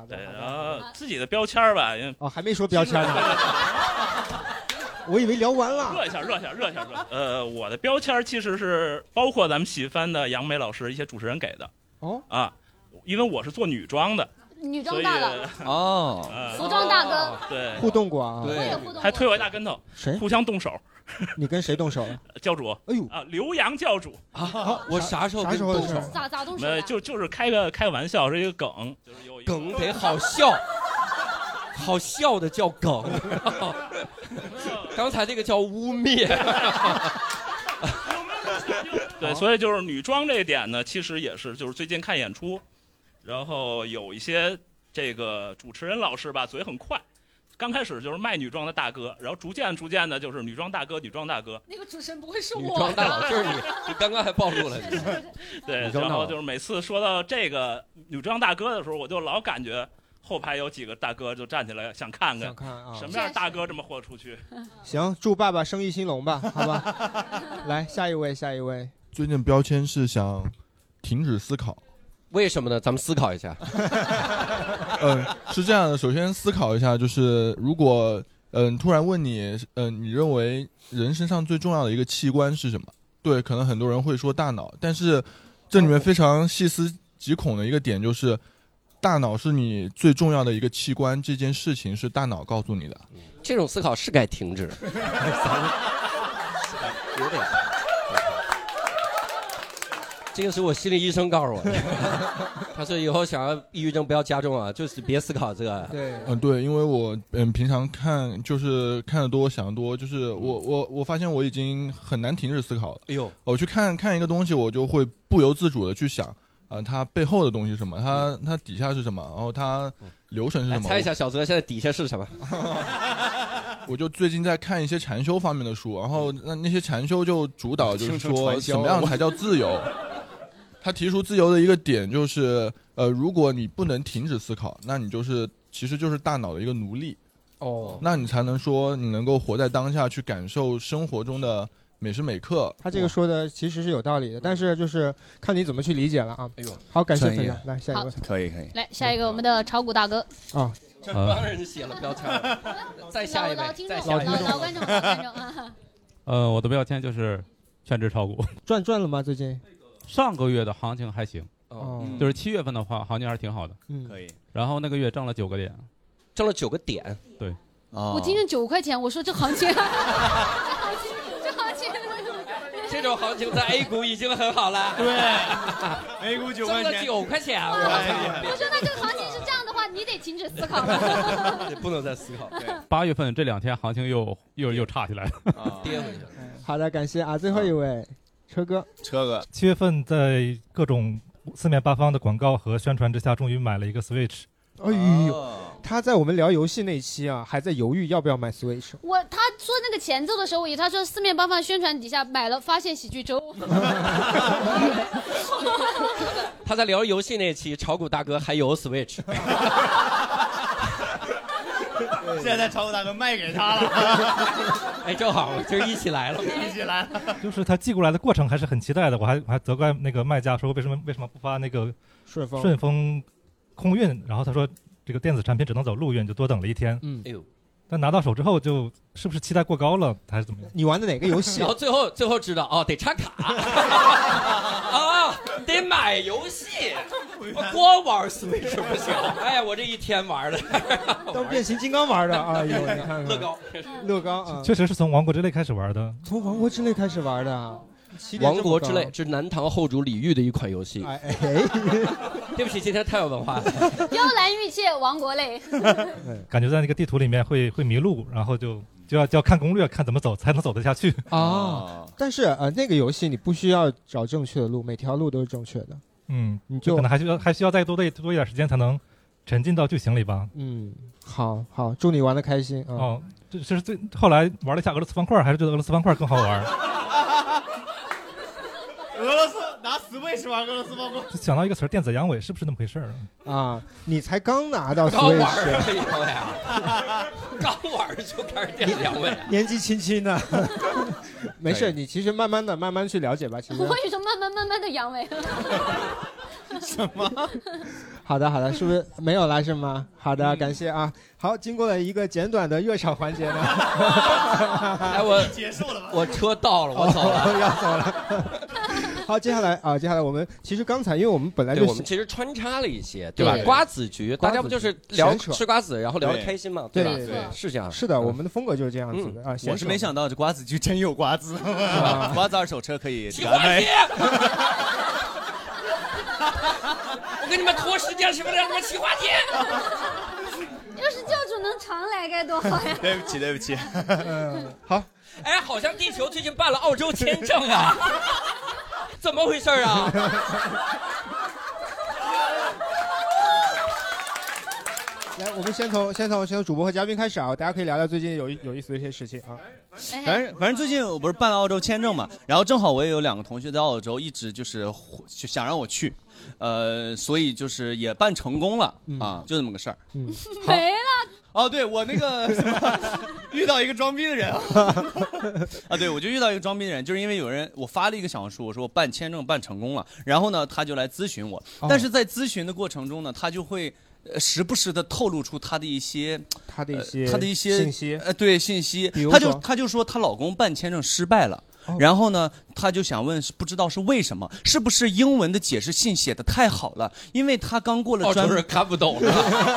S4: 对，然后自己的标签儿吧，因为
S3: 哦，还没说标签呢，
S4: (laughs)
S3: 我以为聊完了。
S4: 热一下，热一下，热一下，热一下。呃，我的标签儿其实是包括咱们喜翻的杨梅老师一些主持人给的。
S3: 哦
S4: 啊，因为我是做女装的，
S1: 女
S4: 所
S1: 装
S4: 以
S1: 大佬，
S4: 哦，
S20: 呃
S1: 服装大
S20: 哦
S1: 哥，
S4: 对，
S3: 互动过啊我也互动
S4: 还推我一大跟头，
S3: 谁？
S4: 互相动手。
S3: 你跟谁动手了？
S4: 教主，
S3: 哎呦
S4: 啊，刘洋教主
S5: 啊，我啥时候
S3: 啥时候的事儿？
S1: 咋咋动手
S4: 没有
S1: 的？
S4: 就就是开个开个玩笑，是一个梗，
S5: 梗得好笑，好笑的叫梗，刚才这个叫污蔑。
S4: (laughs)
S5: (laughs)
S4: 对，所以就是女装这一点呢，其实也是就是最近看演出，然后有一些这个主持人老师吧，嘴很快。刚开始就是卖女装的大哥，然后逐渐逐渐的，就是女装大哥，女装大哥，
S1: (laughs) 那个主持人不会
S5: (laughs)
S1: 是
S5: 女
S1: 我
S5: 装大佬
S1: 吧
S5: 就是你，你刚刚还暴露了。 (laughs)
S4: 对，
S5: 女装
S4: 然
S5: 大佬
S4: 后就是每次说到这个女装大哥的时候，我就老感觉后排有几个大哥就站起来想看看，
S3: 想看啊
S4: 什么样的大哥这么豁出去？
S3: 行，祝爸爸生意兴隆吧，好吧。
S5: (laughs)
S3: 来，下一位，下一位。
S25: 最近标签是想停止思考，
S5: 为什么呢？咱们思考一下。
S25: 嗯，是这样的，首先思考一下，就是如果嗯突然问你，嗯你认为人身上最重要的一个器官是什么？对，可能很多人会说大脑，但是这里面非常细思极恐的一个点就是，大脑是你最重要的一个器官，这件事情是大脑告诉你的。
S5: 这种思考嗯是 (laughs) 该停止。有点。这个是我心理医生告诉我的， (laughs) 他说以后想要抑郁症不要加重啊，就是别思考这个。啊
S3: 对，
S25: 嗯，对，因为我嗯平常看就是看得多想得多，就是我我我发现我已经很难停止思考了。
S5: 哎呦，
S25: 我去看看一个东西，我就会不由自主的去想，啊、它背后的东西是什么，它它底下是什么，然后它流程
S5: 嗯
S25: 是
S5: 来
S25: 什么。
S5: 猜一下，小泽现在底下是什么？ (laughs)
S25: 我就最近在看一些禅修方面的书，然后那那些禅修就主导就是
S5: 嗯形成
S25: 说
S5: 传销 (laughs)
S25: 怎么样才叫自由。他提出自由的一个点就是，呃，如果你不能停止思考，那你就是其实就是大脑的一个奴隶。
S5: 哦
S25: 那你才能说你能够活在当下，去感受生活中的每时每刻。
S3: 他这个说的其实是有道理的，但是就是看你怎么去理解了啊。
S25: 哎呦
S3: 好，感谢
S2: 专
S3: 分
S2: 业
S5: 啊
S3: 享，来下一位，
S2: 可以可以。
S1: 来下一个我们的炒股大哥，
S3: 啊，
S4: (laughs)
S5: 这
S4: 呃
S5: 帮人写了标签儿， (laughs)
S1: (laughs)
S5: 再下一位
S1: 老老听，
S5: 再
S1: 众
S5: 下一
S1: 老
S5: 位，
S1: 老观众老观众啊，
S4: 呃，我的标签就是全职炒
S5: (laughs)
S4: 股。
S3: 赚赚了吗？最近
S4: 上个月的行情还行，
S3: 哦嗯
S4: 就是七月份的话，行情还是挺好的，
S3: 嗯
S2: 可以。
S4: 然后那个月挣了九个点，
S5: 挣了九个点，
S4: 对，
S5: 啊
S3: 哦
S1: 我今天九块钱，我说这行情， (laughs) 这行情，
S5: 这种行情在 A 股已经很好了。
S2: 对
S5: ，A 股
S2: 九块钱
S5: 挣了九块钱，我
S4: 哎
S1: 哇
S5: 操！
S1: 我说那这个行情是这样的话，你得停止思考了。
S5: 也不能再思考，
S4: 八月份这两天行情
S5: 嗯
S4: 又又又差起来了，
S5: 跌回去了。
S3: 好的，感谢啊，最后一位车哥，
S2: 车哥，
S26: (coughs) 七月份在各种四面八方的广告和宣传之下，终于买了一个 Switch。
S3: 哎呦，
S2: 哦
S3: 他在我们聊游戏那期啊，还在犹豫要不要买 Switch。
S1: 我他说那个前奏的时候，我以为他说四面八方宣传底下买了，发现喜剧周。 (laughs)
S5: 他在聊游戏那期，炒股大哥还
S4: (laughs)
S5: 有 Switch，
S2: 现在炒股大哥卖给
S5: (laughs)
S2: 他了，
S5: 哎，正好今儿一起来了，
S2: 一起来了。
S26: 就是他寄过来的过程还是很期待的，我还我还责怪那个卖家说为什么为什么不发那个
S3: 顺丰
S26: 顺丰空运，然后他说这个电子产品只能走陆运，就多等了一天。
S3: 嗯，
S5: 哎呦，
S26: 但拿到手之后就是不是期待过高了还是怎么样？
S3: 你玩的哪个游戏啊
S5: 然后最后最后知道哦，得插卡，
S4: (laughs)
S5: 啊，得买游戏，我光玩 Switch 不行。哎，我这一天玩的，
S3: 当变形金
S5: (laughs)
S3: 刚玩的，哎呦，你看看
S5: 乐高，
S3: 乐高啊，
S26: 确实是从王国之泪开始玩的。
S3: 从王国之泪开始玩的啊，起点这
S5: 王
S3: 么
S5: 国之泪
S3: 高，
S5: 是南唐后主李煜的一款游戏。
S3: 哎哎，
S5: (laughs) 对不起，今天太有文化了。
S3: (laughs)
S1: 雕栏玉砌，亡国泪。
S26: 感觉在那个地图里面会会迷路，然后就就要就要看攻略，看怎么走才能走得下去。
S5: 哦
S3: 啊，但是呃，那个游戏你不需要找正确的路，每条路都是正确的。
S26: 嗯，你
S3: 就
S26: 可能还需要还需要再多多多一点时间才能沉浸到剧情里吧。
S3: 嗯，好好，祝你玩的开心啊。
S26: 哦，这这是最后来玩了一下俄罗斯方块，还是觉得俄罗斯方块更好玩。 (laughs)
S2: 俄罗斯拿 Switch 玩俄罗斯方块，
S26: 就想到一个词儿，电子阳痿，是不是那么回事儿？
S3: 啊，你才刚拿到
S26: 刚玩
S3: Switch，
S5: (laughs) 刚玩就开始垫哎两位，
S3: 年纪轻轻的， (laughs) 没事，你其实慢慢的、慢慢去了解吧。其实
S1: 我跟你说，慢慢慢慢的阳痿。
S2: 什么？
S3: 好的，好的，是不是没有了是吗？好
S5: 嗯
S3: 的，感谢啊。好，经过了一个简短的热场环节呢，
S5: 哎，我 (laughs) 我车到了，我走了。
S3: 哦 (laughs) 要走了。好，接下来啊，接下来我们其实刚才因为我们本来
S5: 对，
S3: 就
S5: 我们其实穿插了一些，
S3: 对
S5: 吧？
S3: 对
S5: 瓜子局，大家不就是聊
S3: 闲扯
S5: 吃瓜子，然后聊得开心嘛，
S3: 对
S5: 吧？
S3: 对对
S5: 是这样。
S3: 是的，我们的风格就是这样子的啊。
S2: (laughs)
S3: 闲
S2: 我是
S3: 扯
S2: 没 (laughs) 想到这瓜子居真有瓜子， (laughs) 瓜子二手车可以这个安排。
S5: 我给你们拖时间，是不是？让你们起话题。
S1: 要是教主能常来该多好呀！
S2: (laughs) 对不起，对不起。
S3: 呃
S5: 哎，好像地球最近办了澳洲签证啊， (laughs) 怎么回事儿啊？
S3: (laughs) (laughs) 来，我们先从先从先从主播和嘉宾开始啊，大家可以聊聊最近有有意思的一些事情啊。
S2: 反正反正最近我不是办了澳洲签证嘛，然后正好我也有两个同学在澳洲，一直就是就想让我去，呃，所以就是也办成功了、啊，就这么个事儿。
S1: (laughs) 没了，
S2: 哦，对我那个什么遇到一个装逼的人啊， (laughs) 啊，对我就遇到一个装逼的人，就是因为有人我发了一个小红书，我说我办签证办成功了，然后呢他就来咨询我，
S3: 哦
S2: 但是在咨询的过程中呢，他就会。呃时不时的透露出他的一些，
S3: 他的一
S2: 呃
S3: 些
S2: 他的一些
S3: 信息
S2: 呃，对信息
S3: 比如，
S2: 他就
S3: 说哦
S2: 他就说她老公办签证失败了，然后呢，她就想问，不知道是为什么，是不是英文的解释信写的太好了？因为她刚过了
S5: 澳
S2: 专
S5: 洲人看不懂了，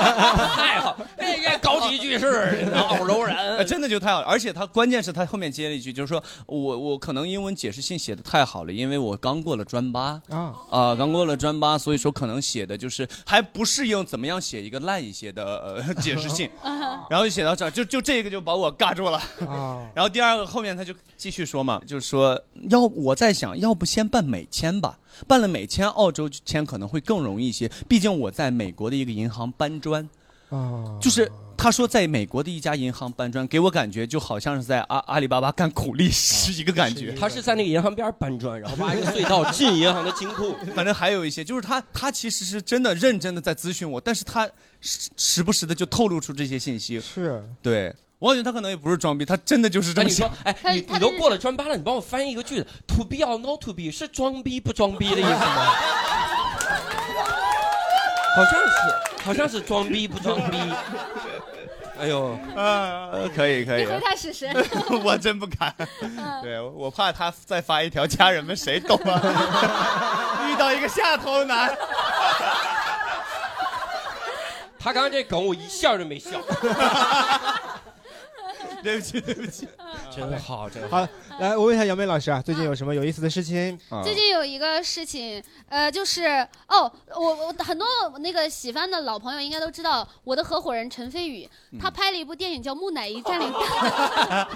S5: 太好，那个高级句 (laughs) 式，澳洲人。
S2: 呃真的就太好了。而且他关键是他后面接了一句，就是说我我可能英文解释信写的太好了，因为我刚过了专八
S3: 啊
S2: 啊、刚过了专八，所以说可能写的就是还不适应怎么样写一个烂一些的、呃、解释
S1: (laughs)
S2: 信，
S1: 嗯
S2: 然后就写到这儿，就就这个就把我尬住了。
S3: 啊，
S2: 然后第二个后面他就继续说嘛，就是说要我在想，要不先办美签吧，办了美签，澳洲签可能会更容易一些，毕竟我在美国的一个银行搬砖。
S3: 啊，
S2: 就是他说在美国的一家银行搬砖，给我感觉就好像是在阿阿里巴巴干苦力是一个感觉。
S5: 他是在那个银行边搬砖，然后挖一个隧道进银行的金库。
S2: (laughs) 反正还有一些，就是他他其实是真的认真的在咨询我，但是他时时不时的就透露出这些信息。
S3: 是
S2: 对，我感觉他可能也不是装逼，他真的就是这么
S5: 你说
S2: 想。，
S5: 哎，你你都
S1: (laughs)
S5: 过了专八了，你帮我翻译一个句子，to be or not to be 是装逼不装逼的意思吗？
S3: (laughs)
S5: 好像是，好像是装逼不装逼。哎呦，
S2: 呃，可以可以。。
S1: 你回他试嗯试
S2: (laughs) 我真不敢，对我怕他再发一条，家人们谁懂啊？遇到一个下头男，
S5: 他刚刚这梗我一笑就没
S3: (laughs)
S5: 笑。
S2: 对不起对不起，
S5: (laughs) 真好真
S3: 好，来，我问一下杨梅老师啊，最近有什么有意思的事情？
S1: 最近有一个事情，呃，就是哦，我我很多那个喜番的老朋友应该都知道，我的合伙人陈飞宇，他拍了一部电影叫《木乃伊 (laughs) 占领大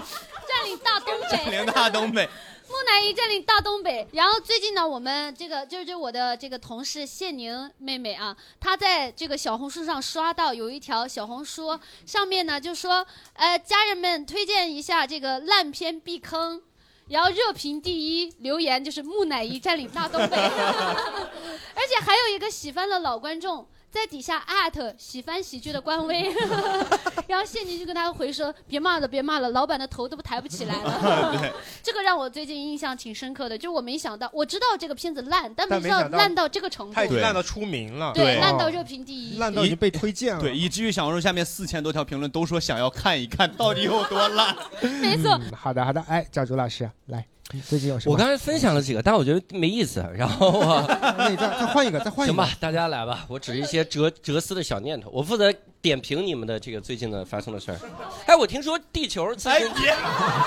S1: 占领大东北》。 (laughs)
S2: 领大东北，
S1: 木乃伊占领大东北。然后最近呢，我们这个就是我的这个同事谢宁妹妹啊，她在这个小红书上刷到有一条小红书上面呢就说，呃，家人们推荐一下这个烂片避坑。然后热评第一，留言就是木乃伊占领大东北，而且还有一个喜番的老观众在底下艾特喜番喜剧的官微， (laughs) 然后谢宁就跟他回说别骂了，别骂了，老板的头都抬不起来了。
S2: 对，
S1: 这个让我最近印象挺深刻的，就是我没想到，我知道这个片子烂，但
S3: 但
S1: 没
S3: 没
S1: 知道
S3: 想到
S1: 烂到这个程度，
S3: 他已经烂
S5: 到出名了
S1: 对，
S2: 对
S1: 烂到热评第一，
S3: (laughs) 烂到已经被推荐了
S2: 对，以至于小红书下面四千多条评论都说想要看一看 (laughs) 到底有
S5: (laughs)
S2: 多烂。
S1: 没错
S3: 嗯好的，好的，哎，赵竹老师，来，你最近有什么？
S5: 我刚才分享了几个，但我觉得没意思。然后我
S3: (laughs) 那你再再换一个，再换一
S5: 行
S3: 个
S5: 吧，，大家来吧，我只是一些哲哲思的小念头，我负责点评你们的这个最近的发生的事儿。哎，我听说地球最近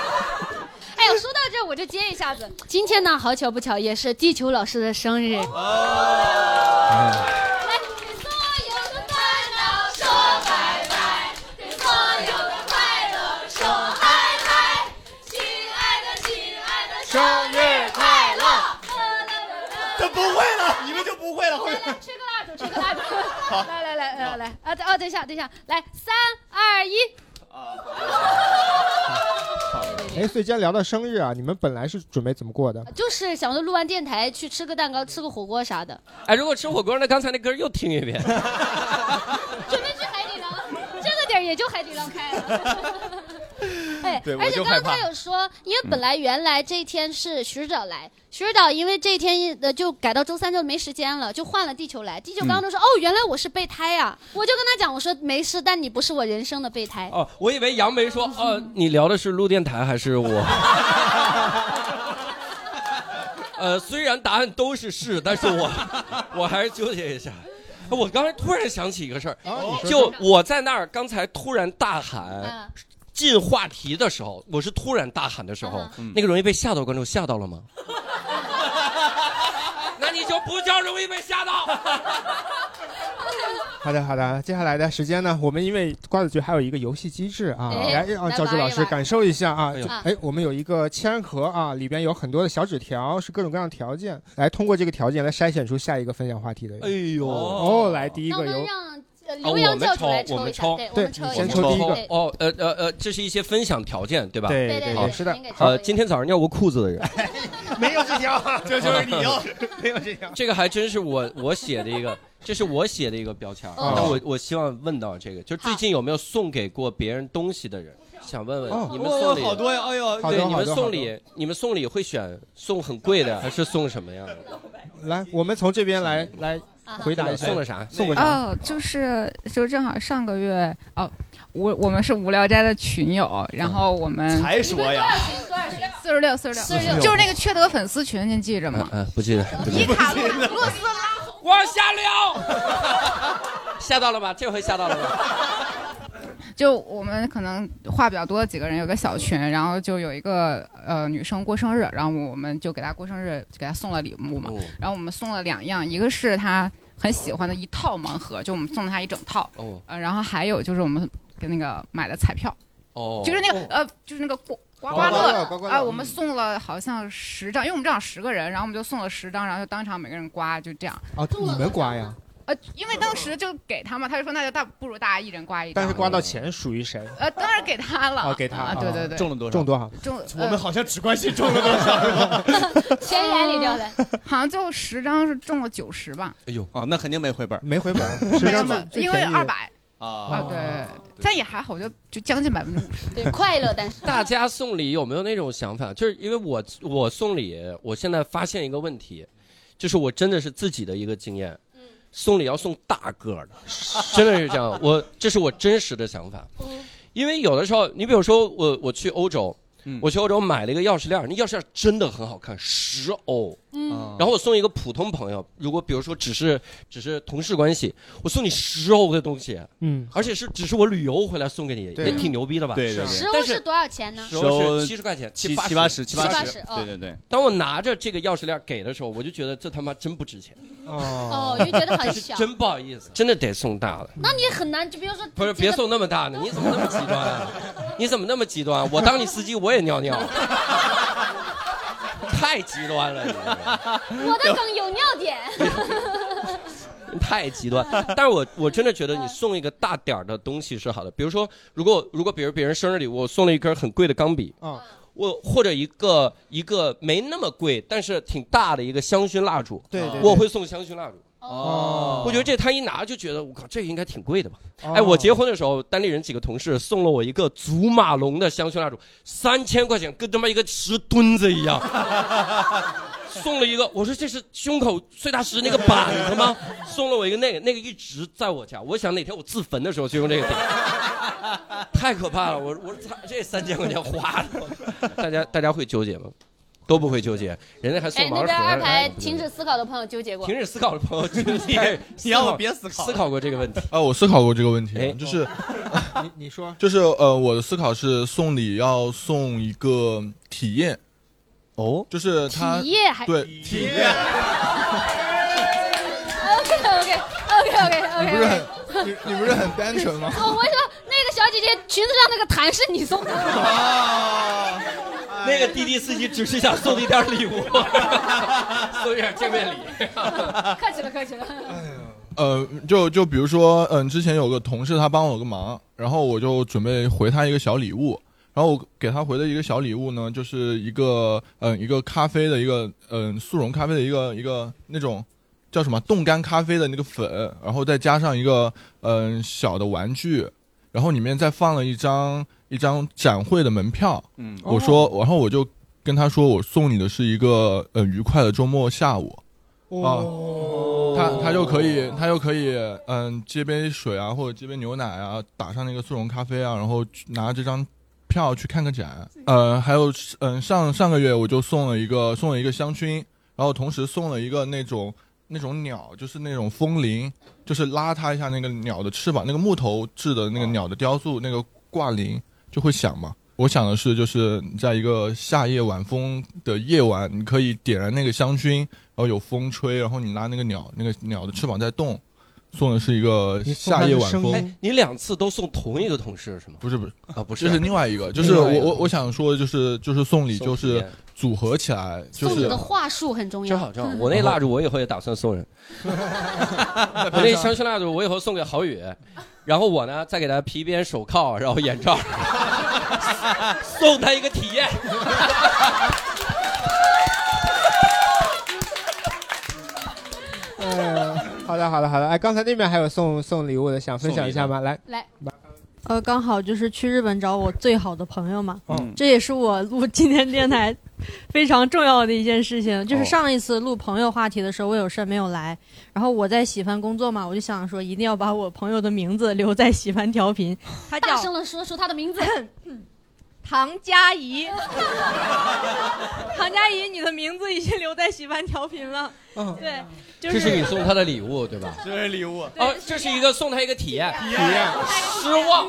S1: (laughs) 哎呦，说到这儿我就接一下子。今天呢，好巧不巧，也是地球老师的生日。
S2: 哦
S1: 哎
S2: 哎
S9: 说拜拜，对所有的快乐说嗨嗨，亲爱的亲爱的，生日快乐！
S2: 他不会了，你们就不会了。后面
S1: 呃吹个蜡烛，吹个蜡烛。
S2: 好
S1: (laughs) 来来来来来，啊等啊，等一下，等一下，来，三二一。
S3: 哎，所以今天聊到生日啊，你们本来是准备怎么过的？
S1: 就是想着录完电台去吃个蛋糕、吃个火锅啥的，
S5: 哎，如果吃火锅，那刚才那歌又听一遍。
S1: 准备去海底捞，这个点儿也就海底捞开了。 (laughs) 哎，
S5: 对
S1: 而
S5: 我
S1: 且
S5: 就害
S1: 刚刚
S5: 怕嗯
S1: 他有说，因为本来原来这一天是徐指导来，徐指导因为这一天呃就改到周三就没时间了，就换了地球来。地球刚刚
S5: 嗯
S1: 都说、哦，原来我是备胎呀、我就跟他讲，我说没事，但你不是我人生的备胎。
S5: 哦，我以为杨梅说，哦，你聊的是录电台还是我？ (laughs) 呃，虽然答案都是是，但是我我还是纠结一下。我刚才突然想起一个事儿，
S3: 哦你说
S5: 就我在那儿刚才突然大喊进话题的时候，我是突然大喊的时候，那个容易被吓到的观众吓到了吗？ (laughs) 那你就不叫容易被吓到。
S3: 好的，好的，接下来的时间呢，我们因为瓜子局还有一个游戏机制啊，
S5: 哎
S3: 来让
S5: 来
S3: 教主
S5: 玩
S3: 老
S5: 一
S3: 师
S5: 玩
S3: 感受一下啊
S5: 哎呦。
S3: 哎，我们有一个铅盒啊，里边有很多的小纸条，是各种各样的条件，来通过这个条件来筛选出下一个分享话题的人。
S5: 哎呦
S3: 哦，来第一
S1: 那我
S3: 个
S1: 们
S3: 由
S1: 让呃
S5: 啊，
S2: 哦
S1: 刘
S5: 我
S1: 洋
S5: 们
S1: 教主来
S5: 抽，我
S1: 抽
S5: 们
S1: 一下，对，我们抽一下。
S5: 先
S3: 抽第一个
S5: 哦，呃呃呃，这是一些分享条件，对吧？
S3: 对对对
S5: 好
S3: 是的您给抽一
S5: 呃，
S3: 个
S5: 今天早上尿过裤子的人，
S3: 没有这
S5: 啊 (laughs)
S3: 条，
S2: 这 (laughs) 就是你
S5: 哦
S1: (laughs)
S2: 要的，
S3: 没有这条。
S5: 呃这个还真是我我写的一个，这是我写的一个标签儿。
S3: 哦
S5: 但我我希望问到这个，就最近有没有送给过别人东西的人？想问
S2: 哦
S5: 问你们送礼
S2: 哇好多呀哎呦好多
S5: 对，你
S2: 好
S5: 们
S2: 多
S5: 送礼，你们送礼会选送很贵的，还是送什么样的？
S3: 来，我们从这边来来回答一下，
S5: 送了啥
S3: 送过啥？
S11: 哦，就是就正好上个月哦，我我们是无聊斋的群友，然后我
S5: 嗯
S11: 们
S2: 才说呀，
S11: (laughs) 四十六四十六，
S5: 46
S11: 就是那个缺德粉丝群，您记着吗？
S5: 嗯，不记得，不记得。
S11: 卡洛洛斯拉，
S5: 往下聊， (laughs) 吓到了吧？这回吓到了吧？
S11: 就我们可能话比较多的几个人有个小群，然后就有一个呃女生过生日，然后我们就给她过生日，给她送了礼物嘛。然后我们送了两样，一个是她很喜欢的一套盲盒，就我们送了她一整套。
S5: 哦
S11: 呃，然后还有就是我们给那个买的彩票，
S5: 哦
S11: 就是那个呃，就是那个刮刮
S5: 刮刮
S11: 乐
S5: 乐刮刮乐
S11: 啊，我们
S5: 嗯
S11: 送了好像十张，因为我们正好十个人，然后我们就送了十张，然后就当场每个人刮，就这样。
S3: 哦，你们刮呀？
S11: 呃，因为当时就给他嘛，他就说那就大不如大家一人刮一张。
S3: 但是刮到钱属于谁？
S11: 呃，当然给他了。
S3: 哦哦，给他
S11: 啊，，对对对。
S3: 中多少？
S11: 中呃
S2: 我 (laughs) 们好像只关心中了多少是吧？
S11: 钱眼里掉的， (laughs) 好像就十张是中了九十吧，
S2: 哎呦，哦，那肯定没回本，
S3: 没回本，
S11: (laughs)
S2: 十
S11: 没有因为二百啊
S2: 啊，，
S11: 对，但也还好，就就将近百分之五十。
S1: 对，快乐，但是
S5: (laughs) 大家送礼有没有那种想法？就是因为我我送礼，我现在发现一个问题，就是我真的是自己的一个经验，送礼要送大个儿的，真的是这样。我这是我真实的想法，因为有的时候，你比如说我我去欧洲，
S2: 嗯
S5: 我去欧洲买了一个钥匙链儿，那钥匙链儿真的很好看，十欧。
S9: 嗯
S5: 然后我送一个普通朋友，如果比如说只是只是同事关系，我送你十欧的东西，
S3: 嗯，
S5: 而且是只是我旅游回来送给你，也
S2: 对
S5: 挺牛逼的吧？
S2: 对对对
S1: 十欧
S5: 但
S1: 是
S5: 是
S1: 多少钱呢？
S5: 十欧是七十块钱，
S2: 七
S5: 七
S2: 七
S5: 八
S2: 八
S5: 十
S2: 十，
S5: 七
S2: 七
S5: 八
S2: 八
S5: 十
S2: 十
S1: 哦
S2: 对对对，
S5: 当我拿着这个钥匙链给的时候，我就觉得这他妈真不值钱，
S2: (laughs)
S1: 哦，因为觉
S5: (laughs)
S1: 得很小，
S5: 真不好意思，真的得送大的。
S1: 那你很难，就比如
S5: (laughs)
S1: 说
S5: 不是，别送那么大的，你怎么那么极端啊？你怎么那么极端啊？我当你司机我也尿尿，太极端了你，
S1: 我的梗有尿点。
S5: 哎太极端。但是我我真的觉得你送一个大点儿的东西是好的，比如说，如果如果比如别人生日礼物，我送了一根很贵的钢笔，
S3: 啊，
S5: 我或者一个一个没那么贵，但是挺大的一个香薰蜡烛，
S3: 对对对
S5: 我会送香薰蜡烛。
S2: 哦
S5: 我觉得这他一拿就觉得，我靠，这应该挺贵的吧？
S3: 哦
S5: 哎，我结婚的时候，单立人几个同事送了我一个祖马龙的香薰蜡烛，三千块钱，跟他妈一个石墩子一样。 (laughs) 送了一个，我说这是胸口碎大石那个板子吗？ (laughs) 送了我一个那个，那个一直在我家。我想哪天我自焚的时候就用这个顶，太可怕了。我我说操，这三千块钱花的，我大家大家会纠结吗？都不会纠结，人家还送
S1: (laughs) 哎，
S5: 盲
S1: 那
S5: 盒。
S1: 边二排
S5: 哎
S1: 停止思考的朋友纠结过，
S5: 停止思考的朋友，你
S2: 哎你让我别思考了
S5: 思考过这个问题。
S25: (laughs) 啊，我思考过这个问题，就是
S3: 你哎 (laughs) 你说
S25: (laughs) 就是呃，我的思考是送礼要送一个体验，
S2: 哦，
S25: 就是他
S1: 体验还
S25: 对体验，
S1: OK OK OK OK
S25: 你
S1: OK，
S25: 不是很你你不是很单纯吗？
S1: 哦我我说那个小姐姐裙子上那个痰是你送
S5: (laughs)
S1: 的，
S2: 啊
S5: 那个滴滴司机只是想送你点
S2: (laughs)
S5: 礼物，送一点见面礼。
S1: 客气了客气了。 (laughs)
S25: 呃，就就比如说，嗯、之前有个同事他帮我个忙，然后我就准备回他一个小礼物，然后我给他回的一个小礼物呢，就是一个嗯、一个咖啡的一个嗯、速溶咖啡的一个一个那种叫什么冻干咖啡的那个粉，然后再加上一个嗯、小的玩具，然后里面再放了一张一张展会的门票。
S2: 嗯
S7: 哦
S25: 我说，然后我就跟他说，我送你的是一个呃愉快的周末下午。啊，他他就可以，他就可以，嗯，接杯水啊，或者接杯牛奶啊，打上那个速溶咖啡啊，然后去拿这张票去看个展。呃，还有，嗯，上上个月我就送了一个送了一个香薰，然后同时送了一个那种那种鸟，就是那种风铃，就是拉它一下那个鸟的翅膀，那个木头制的那个鸟的雕塑，那个挂铃就会响嘛。我想的是，就是在一个夏夜晚风的夜晚，你可以点燃那个香薰，然后有风吹，然后你拉那个鸟，那个鸟的翅膀在动，送的是一个夏夜晚风。
S5: 哎你两次都送同一个同事是吗？
S25: 不是不是
S5: 啊，不是，
S25: 这是另外一个，就是我我我
S5: 想
S25: 想说，的就是就是送礼，
S5: 送
S25: 就
S5: 体
S25: 是
S5: 验
S25: 组合起来，就
S1: 送礼
S25: 是
S1: 的话术很重要。
S5: 正好正好，
S17: 嗯
S5: 我那蜡烛我以后也打算送人， (laughs) 我那香薰蜡烛我以后送给郝宇，然后我呢再给他皮鞭、手铐，然后眼罩， (laughs) 送他一个体验。
S3: 嗯，好的，好的，好的。哎，刚才那边还有送送礼物的，想分享一下吗？来，
S17: 来，呃，刚好就是去日本找我最好的朋友嘛，
S3: 嗯
S17: 这也是我录今天电台非常重要的一件事情。就是
S7: 哦
S17: 上一次录朋友话题的时候，我有事儿没有来，然后我在喜欢工作嘛，我就想说一定要把我朋友的名字留在喜欢
S5: (laughs)
S17: 调频，
S1: 他大声的说出他的名字，
S17: 唐佳怡， (laughs) 唐佳怡，你的名字已经留在喜欢调频了，
S5: 嗯
S17: 对，就
S5: 这是你送他的礼物对吧？
S2: 这是礼物
S5: 哦，这是一个送他一个体验，体
S25: 验
S5: 失望，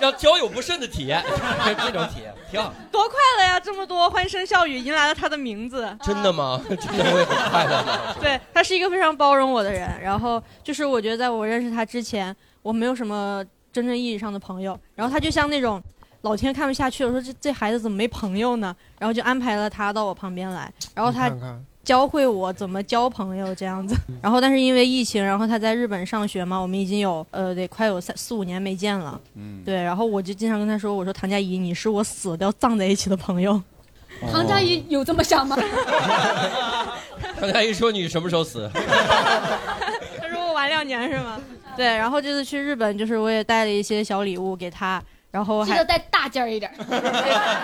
S5: 让交友不慎的体验， (laughs) 这种体验挺好。
S17: (laughs) 多快乐呀！这么多欢声笑语迎来了他的名字。
S5: 真的吗？ (laughs) 真的会很快乐吗？
S17: 对他是一个非常包容我的人，然后就是我觉得在我认识他之前，我没有什么真正意义上的朋友，然后他就像那种老天看不下去了，说这这孩子怎么没朋友呢？然后就安排了他到我旁边来，然后他嗯
S3: 你看看
S17: 教会我怎么交朋友这样子。 (laughs) 然后，但是因为疫情，然后他在日本上学嘛，我们已经有呃得快有三四五年没见了。
S2: 嗯，
S17: 对，然后我就经常跟他说：“我说唐佳怡，你是我死掉葬在一起的朋友。” (laughs)
S1: 唐佳怡有这么想吗？
S5: 刚才一说你什么时候死？
S17: 他说我晚两年是吗？ (laughs) 对，然后这次去日本，就是我也带了一些小礼物给他，然后
S1: 记
S17: 还
S1: 得带大件儿一点 (laughs) 儿。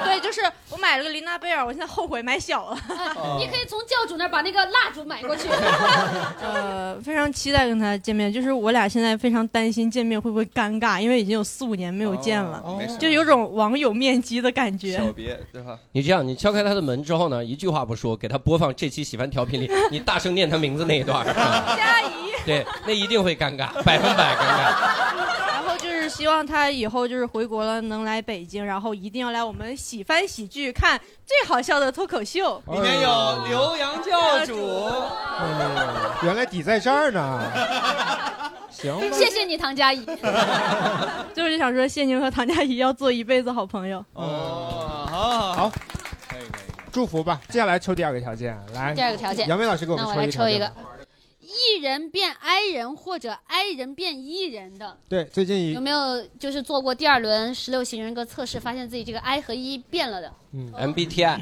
S17: 对， (laughs) 就是我买了个琳娜贝尔，我现在后悔买小了。
S1: 哦你可以从教主那儿把那个蜡烛买过去。
S17: 呃，非常期待跟他见面，就是我俩现在非常担心见面会不会尴尬，因为已经有四五年没有见了，
S2: 哦没事
S17: 就有种网友面基的感
S2: (laughs)
S17: 觉。
S2: 小别对吧？
S5: 你这样，你敲开他的门之后呢，一句话不说，给他播放这期喜欢调频里你大声念他名字那一段儿， (laughs)
S17: 佳怡，
S5: 对，那一定会尴尬，百分百尴尬。
S17: (laughs) 然后就是希望他以后就是回国了能来北京，然后一定要来我们喜翻喜剧看最好笑的脱口秀。
S2: 里面有刘洋教
S17: 哎
S2: 主，
S3: 嗯原来底在这儿呢。行吧，
S1: 谢谢你，唐佳怡。
S17: 嗯 (laughs) 就是想说谢宁和唐佳怡要做一辈子好朋友。
S2: 哦，好
S3: 好，祝福吧。接下来抽第二个条件，来，
S1: 第二个条件，
S3: 杨梅老师给我们
S1: 那我来
S3: 抽
S1: 抽一
S3: 条
S1: 个
S3: 件。
S1: 艺人变 I 人或者 I 人变 E 人的，
S3: 对，最近
S1: 有没有就是做过第二轮十六型人格测试，发现自己这个 I 和 E 变了的？
S3: 嗯
S5: MBTI
S2: 啊，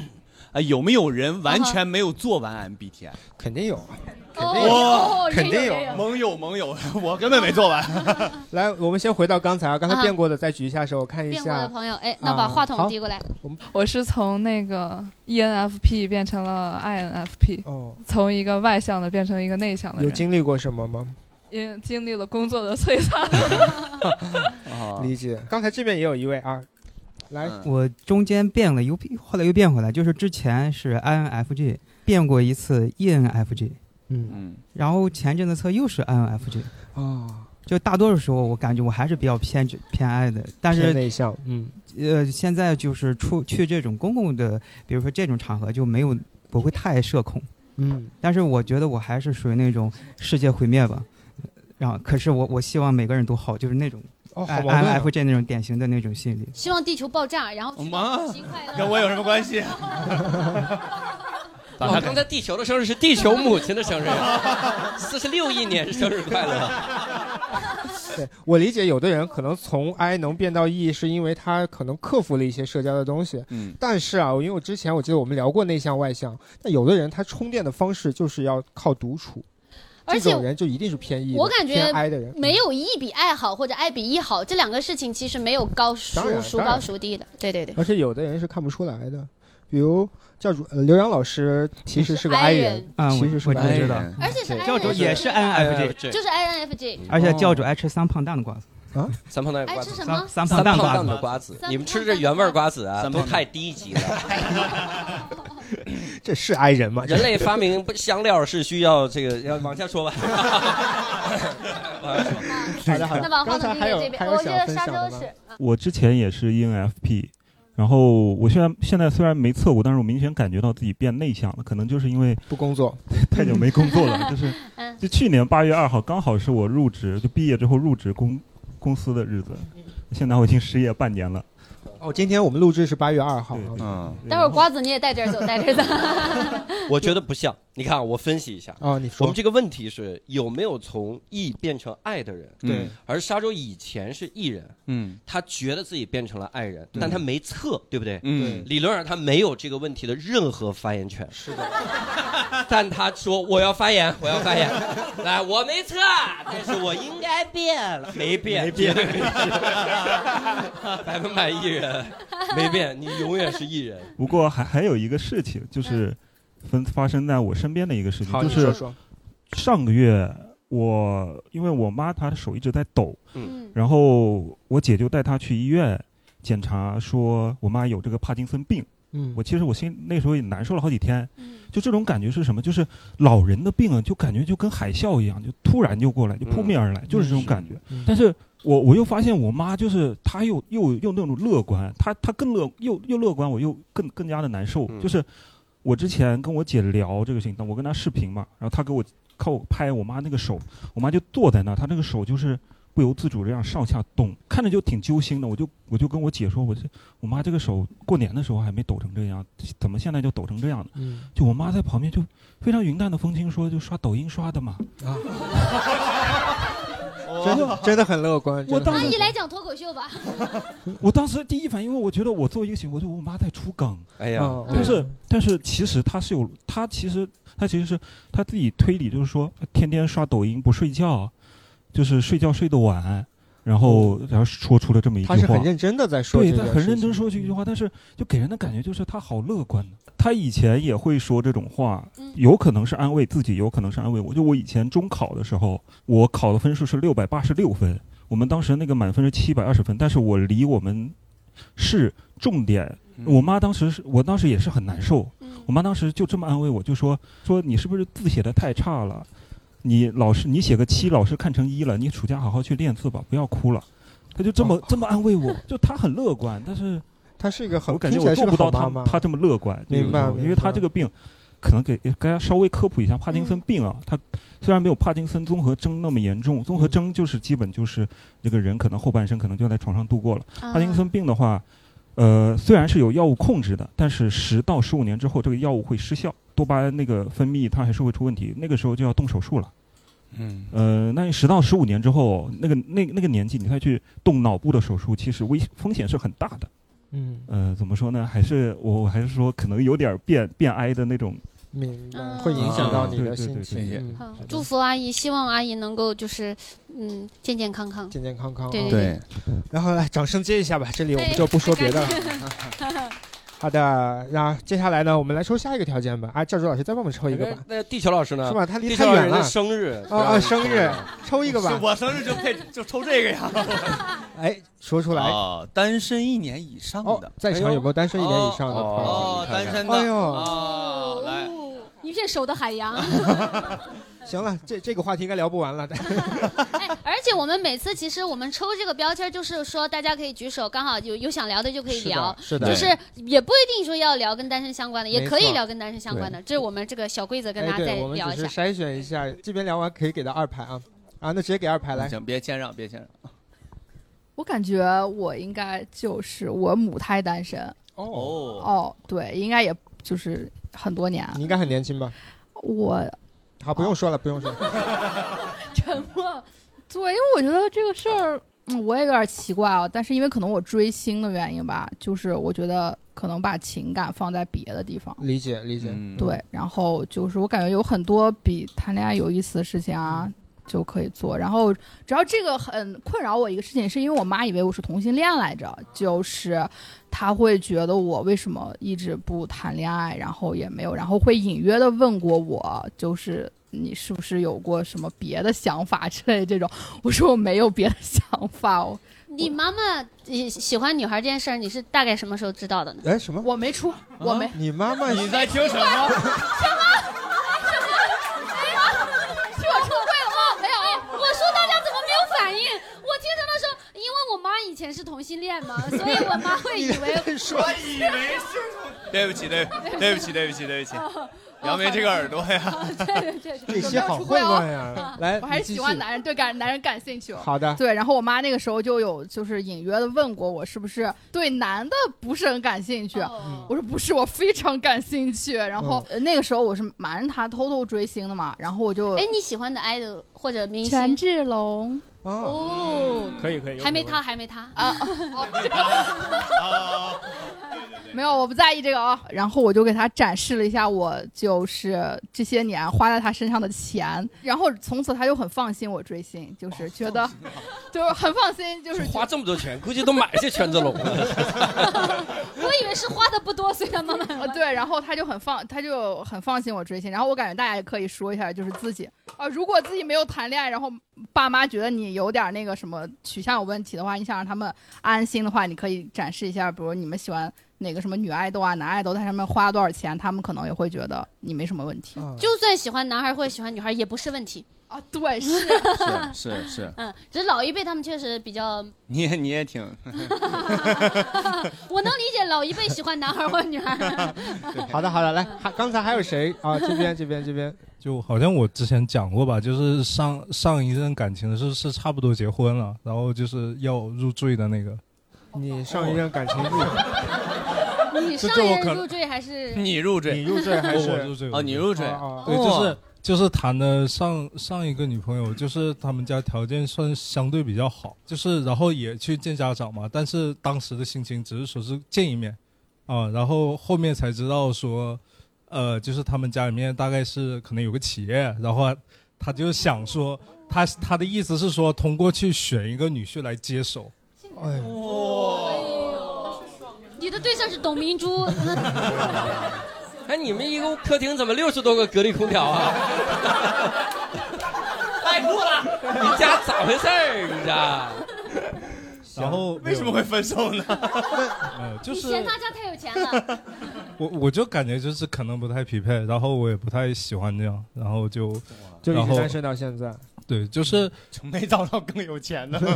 S2: 嗯有没有人完全没有做完 MBTI？
S3: 肯定有，
S1: 肯
S3: 定有嗯哦肯定有也有
S2: 盟友盟友，我根本没做完。
S3: 来，我们先回到刚才啊，刚才
S1: 啊
S3: 变过的再举一下手，我看一
S1: 变过的
S3: 下。啊
S1: 朋友，哎，那把话筒递过来。
S18: 我是从那个 ENFP 变成了 INFP，、
S3: 哦、
S18: 从一个外向的变成一个内向的
S3: 有
S18: 人，
S3: 经历过什么吗？
S18: 因经历了工作的摧残。 (laughs)
S2: 哦
S3: 理解。刚才这边也有一位啊，来，
S2: 嗯
S14: 我中间变了，又后来又变回来，就是之前是 INFJ，变过一次 ENFJ，
S3: 嗯
S2: 嗯，
S14: 然后前阵子测又是 INFJ，
S3: 哦，
S14: 就大多数时候我感觉我还是比较偏偏爱的，但是
S3: 偏内向，嗯，
S14: 呃，现在就是出去这种公共的，比如说这种场合就没有不会太社恐，
S3: 嗯，
S14: 但是我觉得我还是属于那种世界毁灭吧，然后可是我我希望每个人都好，就是那种哎
S3: 哦
S2: 好矛盾啊
S14: INFJ 那种典型的那种心理。
S1: 希望地球爆炸，然后去
S2: 妈
S1: 火星快乐
S2: 跟我有什么关
S3: (laughs)
S2: 系？
S5: 哦，刚才地球的生日是地球母亲的生日，四十六亿年生日快乐。
S3: 对我理解，有的人可能从 I 能变到 E，是因为他可能克服了一些社交的东西。
S2: 嗯，
S3: 但是啊，因为我之前我记得我们聊过内向外向，但有的人他充电的方式就是要靠独处，
S1: 而
S3: 这
S1: 且
S3: 种人就一定是偏 E，的
S1: 我感觉
S3: 偏 I 的人。
S1: 没有 E 比 I 好或者 I 比 E 好，这两个事情其实没有高孰
S3: 当然
S1: 孰
S3: 当然
S1: 高孰低的。对对对，
S3: 而且有的人是看不出来的，比如教主、呃、刘洋老师其实是个
S1: 是 I
S3: 人
S1: 人，嗯
S14: 啊我
S3: 其实是个
S14: 我知
S3: I
S14: 道
S3: 人，
S1: 而且是 I 人
S14: 教主也是
S3: 哎
S14: INFJ
S1: 就是
S3: 哦
S1: INFJ，
S14: 而且教主爱吃三胖蛋的瓜子，
S3: 啊，
S5: (laughs) 三胖蛋的瓜
S1: 哎
S5: 子
S1: 吃，什么
S14: 三
S5: 三
S14: 蛋
S5: 胖蛋
S14: 子
S5: 的瓜子，你们吃这原味儿瓜子啊，都太低级了。
S3: 这是 I 人吗？
S5: 人类发明不香料是需要这个，要往下说吧。 (laughs) 往下说
S3: 好的好
S1: 那
S3: 的，
S1: 把话
S3: 刚才
S1: 筒递
S3: 还
S1: 给
S3: 有
S1: 这
S3: 还
S1: 边，
S3: 有
S1: 我
S3: 想
S1: 觉得
S3: 分
S1: 沙
S3: 享
S1: 洲
S3: 的吗？
S1: 是
S7: 我之前也是 E ENFP，然后我虽然现在虽然没测过，但是我明显感觉到自己变内向了，可能就是因为
S3: 不工作
S7: (laughs) 太久没工作
S3: (laughs)
S7: 了，就是就去年八月二号刚好是我入职，就毕业之后入职公公司的日子，现在我已经失业半年了。
S3: 哦，今天我们录制是八月二号，
S5: 嗯，
S1: 待会儿瓜子你也带
S3: (laughs)
S1: 点儿走，
S2: (laughs)
S1: 带点儿走。
S5: 我觉得不像。你看啊，我分析一下
S3: 啊你说
S5: 我们这个问题是有没有从 E 变成爱的人？
S2: 对嗯
S5: 而沙洲以前是 E 人，
S2: 嗯，
S5: 他觉得自己变成了爱人，
S2: 对
S5: 但他没测，对不对？
S2: 嗯
S5: 理论上他没有这个问题的任何发言权。是
S3: 的，
S5: (laughs) 但他说我要发
S3: (laughs)
S5: 言，我要发言，来，我哦没测，但是我应该变了，没变，
S9: 没变
S5: 绝对没变 (laughs) 百分百 E
S2: (laughs)
S5: 人，没变，你永远是 E 人。
S7: 不过还还有一个事情，就是分发生在我身边的一个事情，
S3: 好
S7: 就
S3: 你说
S7: 是
S3: 说
S7: 上个月我因为我妈她的手一直在抖，
S5: 嗯
S7: 然后我姐就带她去医院检查，说我妈有这个帕金森病。
S3: 嗯
S7: 我其实我心那时候也难受了好几天，就这种感觉是什么？就是老人的病啊，就感觉就跟海啸一样，就突然就过来，就扑
S3: 嗯
S7: 面而来，就是这种感觉。但是我我又发现我妈就是她又又又那种乐观，她她更乐又又乐观，我又更更加的难受。就是我之前跟我姐聊这个事情，我跟她视频嘛，然后她给我看我拍我妈那个手，我妈就坐在那儿，她那个手就是不由自主的这样上下动，看着就挺揪心的。我就我就跟我姐说，我这我妈这个手过年的时候还没抖成这样，怎么现在就抖成这样呢？
S9: 嗯
S7: 就我妈在旁边就非常云淡的风轻说，就刷抖音刷的嘛。啊，
S3: 真的真的很乐观。
S7: 我当
S1: 阿
S7: 时
S1: 姨来讲脱口秀吧，
S7: 我当时第一反应，因为我觉得我作为一个媳妇，我就我妈在出梗。
S5: 哎呀
S7: 嗯
S5: 对
S7: 但是但是其实她是有，她其实她其实是她自己推理，就是说天天刷抖音不睡觉，就是睡觉睡得晚，然后然后说出了这么一句话。
S3: 哦她是很认真的在说
S7: 对，
S3: 这
S7: 她
S3: 件
S7: 很
S3: 事
S7: 认真说出一句话，但是就给人的感觉就是她好乐观呢。她以前也会说这种话，有可能是安慰自己，有可能是安慰我。就我以前中考的时候，我考的分数是六百八十六分，我们当时那个满分是七百二十分，但是我离我们是重点。
S3: 嗯
S7: 我妈当时是我当时也是很难受，我妈当时就这么安慰我，就说说你是不是字写的太差了？你老师你写个七，老师看成一了，你暑假好好去练字吧，不要哭了。她就这么、这么安慰我，就她很乐观，但是
S3: 哦她是一个很
S7: 我感觉
S3: 听
S7: 我
S3: 起来是
S7: 做
S3: 个
S7: 不到
S3: 好
S7: 她
S3: 妈妈
S7: 她这么乐观，
S3: 明白
S7: 有时候因为
S3: 明白
S7: 她这个病。可能给给大家稍微科普一下帕金森病啊，它虽然没有帕金森综合征那么严重，综合征就是基本就是这个人可能后半生可能就要在床上度过了。
S12: 啊
S7: 帕金森病的话，呃，虽然是有药物控制的，但是十到十五年之后，这个药物会失效，多巴胺那个分泌它还是会出问题，那个时候就要动手术了。
S2: 嗯，
S7: 呃，那你十到十五年之后，那个那那个年纪，你再去动脑部的手术，其实危风险是很大的。
S3: 嗯，
S7: 呃，怎么说呢？还是我我还是说，可能有点儿变变哀的那种，
S3: 明
S1: 嗯
S3: 白会影响到你的心
S7: 对
S3: 情。
S7: 对对对
S3: 嗯
S1: 好祝福阿姨，希望阿姨能够就是嗯健健康康，
S3: 健健康康啊。
S1: 对
S2: 对，
S3: 然后来掌声接一下吧，这里我们
S1: 哎
S3: 就不说别的了。
S1: 干 (laughs) 净
S3: 好的，然后接下来呢，我们来抽下一个条件吧。啊，教主老师再帮我们抽一个吧。
S5: 那地球老师呢？
S3: 是吧？他离
S5: 地
S3: 太
S5: 球老师
S3: 远了。
S5: 是生日
S3: 哦哦，生日，抽一个吧。
S2: 我生日就配就抽这个呀。
S3: (laughs) 哎，说出来
S2: 啊，单身一年以上的，哎
S3: 在场有没有单身一年以上的朋友？
S2: 哦，单身的，
S3: 哎呦，
S2: 啊，来，
S1: 一片手的海
S3: (laughs)
S1: 洋。
S3: 行了，这这个话题应该聊不完了。
S1: 而且我们每次其实我们抽这个标签，就是说大家可以举手，刚好有有想聊的就可以聊，
S3: 是的是
S1: 就
S3: 的
S1: 是也不一定说要聊跟单身相关的，
S3: 没错
S1: 也可以聊跟单身相关的，这是我们这个小规则，跟
S3: 哎，
S1: 大家再
S3: 对，我们
S1: 聊一
S3: 只是
S1: 下。
S3: 筛选一下，这边聊完可以给到二排啊。啊，那直接给二排来。
S2: 行，别谦让，别谦让。
S23: 我感觉我应该就是我母胎单身。
S2: 哦
S23: 哦，对，应该也就是很多年。
S3: 你应该很年轻吧？
S23: 我
S3: 好，不用说了，不用说。
S2: (laughs)
S23: 沉默。对，因为我觉得这个事儿，嗯，我也有点奇怪啊。但是因为可能我追星的原因吧，就是我觉得可能把情感放在别的地方。
S3: 理解理解。
S2: 嗯
S23: 对，然后就是我感觉有很多比谈恋爱有意思的事情啊，就可以做。然后主要这个很困扰我一个事情，是因为我妈以为我是同性恋来着，就是她会觉得我为什么一直不谈恋爱，然后也没有，然后会隐约的问过我，就是。你是不是有过什么别的想法之类的这种？我说我没有别的想法，我
S1: 你妈妈喜喜欢女孩这件事儿，你是大概什么时候知道
S9: (laughs)
S1: 的呢？
S3: 哎，什么？
S23: 我没出，我没。
S3: 你妈妈？
S2: 啊你在听什么？
S3: (laughs)
S1: 是我出柜了吗？没有，哎，我说大家怎么没有反应？我听成他说，因为我妈以前是同性恋嘛，所以我妈会以为
S9: 说
S1: 我
S9: 以为是
S2: 对不起，对，对不起，对不起，对不起
S23: 哦，
S2: 杨梅这个耳朵呀，
S23: (laughs) 对对
S2: 这些好
S23: 会
S2: 混乱呀来
S23: 哦啊我还
S2: 你
S23: 是
S2: 继
S23: 喜欢
S2: 续
S23: 男人，对感男人感兴趣。
S2: 好的
S23: 对。然后我妈那个时候就有就是隐约的问过我，是不是对男的不是很感兴趣？
S1: 哦
S23: 我说不是，我非常感兴趣。然后、
S2: 嗯
S23: 呃那个时候我是瞒着她偷偷追星的嘛，然后我就
S1: 哎，你喜欢的 idol 或者明星？
S23: 权志龙
S1: 哦，
S3: 可以可
S1: 还没他，还没他哦
S23: 啊！没有，我不在意这个啊。然后我就给他展示了一下我就是这些年花在他身上的钱，然后从此他就很放心我追星，就是觉得，就是很放心，
S15: (laughs)
S23: 就是
S5: 花这么多钱，估计都买这权志龙了。 (laughs)
S23: (laughs) 我以为是花的不多，所以他慢慢 (laughs) 对，然后他就很放，他就很放心我追星。然后我感觉大家也可以说一下，就是自己啊，如果自己没有谈恋爱，然后爸妈觉得你有点那个什么取向有问题的话，你想让他们安心的话，你可以展示一下，比如你们喜欢哪个什么女爱豆啊、男爱豆，在上面花了多少钱，他们可能也会觉得你没什么问题。
S1: (laughs) 就算喜欢男孩或者喜欢女孩也不是问题
S23: 啊。对，是
S3: 哦
S2: 是是，
S1: (laughs) 嗯，只是老一辈他们确实比较，
S2: 你也你也挺，
S1: 我能理解老一辈喜欢男孩或女孩。
S3: 好的好的，来，还刚才还有谁啊？这边这边这边，
S21: 就好像我之前讲过吧，就是上上一任感情是是差不多结婚了，然后就是要入赘的那个。
S3: 你上一任感情入，
S1: 你
S21: 这
S1: 上
S21: 这
S1: 一
S21: 我
S1: 任
S21: 可
S1: 入赘还是
S2: (laughs) 你入赘，
S1: 你入赘还是
S21: 我我入赘
S2: 哦你入赘
S21: 啊对，就是就是谈的上上一个女朋友，就是他们家条件算相对比较好，就是然后也去见家长嘛，但是当时的心情只是说是见一面，啊，然后后面才知道说，呃，就是他们家里面大概是可能有个企业，然后他就想说，他他的意思是说通过去选一个女婿来接手，哎，
S1: 你的对象是董明珠，
S5: 哎，你们一个客厅怎么六十多个格力空调啊？ (laughs) 太酷了！你家咋回事儿？你这
S21: 然后
S2: 为什么会分手呢？
S21: 呃，就
S1: 你
S21: 是
S1: 嫌他家太有钱了，
S21: 我我就感觉就是可能不太匹配，然后我也不太喜欢这样，然后就
S3: 就一
S21: 然
S3: 直
S21: 后
S3: 单身到现在。
S2: (laughs)
S21: 对，就是
S2: 没找到更有钱 (laughs) 的。
S21: 不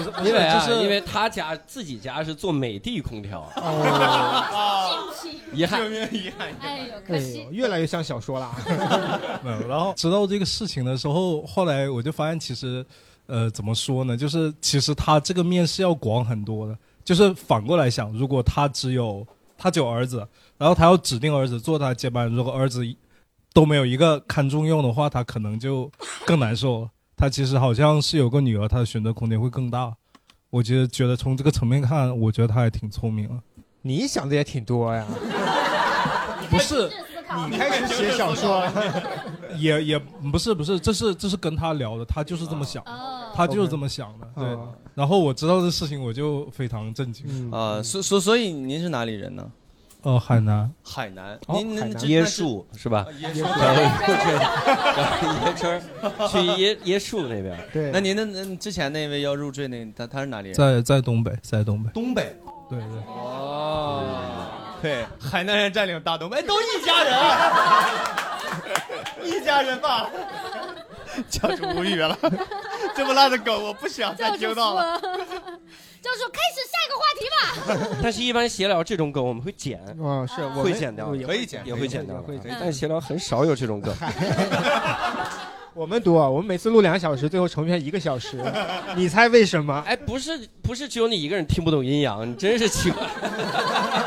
S21: 是
S5: 因为啊，
S21: 就是
S5: 因为他家自己家是做美的空调，
S2: 哦
S1: 近期
S5: 遗憾
S2: 遗憾，
S1: 哎呦，可
S21: 哎
S1: 惜。
S21: 越来越像小说了。啊
S3: (laughs)
S21: 没有，然后知道这个事情的时候，后来我就发现其实，呃，怎么说呢？就是其实他这个面是要广很多的。就是反过来想，如果他只有他只有儿子，然后他要指定儿子做他接班，如果儿子都没有一个看重用的话，他可能就更难受了。他其实好像是有个女儿，他的选择空间会更大。我觉得觉得从这个层面看，我觉得他还挺聪明啊。
S3: 你想的也挺多呀。
S21: 不是， (laughs)
S3: 你开始写小说
S8: (laughs)
S3: 了。
S21: 也也不是不是，这是这是跟他聊的，他就是这么想的，他
S3: 哦
S21: 就是这么想的。对，然后我知道这事情，我就非常震
S3: 嗯
S21: 惊。
S2: 啊，所所所以您是哪里人呢？
S21: 呃，海南，
S2: 哦海南，
S21: 哦
S2: 您
S21: 海
S2: 您
S21: 南
S2: 这
S5: 椰
S2: 那是哦
S5: 树是吧？
S2: 椰树
S5: 然后过去，然后椰村
S2: (laughs)
S5: 儿去椰椰树那边。
S3: 对
S2: 那您的那之前那位要入赘那他他是哪里人？
S21: 在在东北，在东北。
S2: 东北。
S21: 对对。
S2: 哦，对，海南人占领大东北，哎都一家人
S3: (laughs)
S2: 啊，一家人吧。 (laughs) 教主无语了，这么烂的梗我不想再
S1: 教主
S2: 听
S1: 说， (laughs)
S2: 到了。
S1: 教主开始下一个话题吧。
S5: (laughs) 但是，一般闲聊这种梗我们会剪，啊
S3: 哦，是我
S5: 会
S3: 们
S5: 剪掉的，
S3: 也会剪
S5: 也
S3: 也会
S5: 会剪
S3: 剪
S5: 掉的啊
S3: 也会剪
S5: 但是闲聊很少有这种梗。
S3: 我们多，我们每次录两个小时，最后成片一个小
S8: (laughs)
S3: 时，你猜为什么？
S5: 哎，不是不是，只有你一个人听不懂阴阳，你真是奇怪。
S3: (laughs)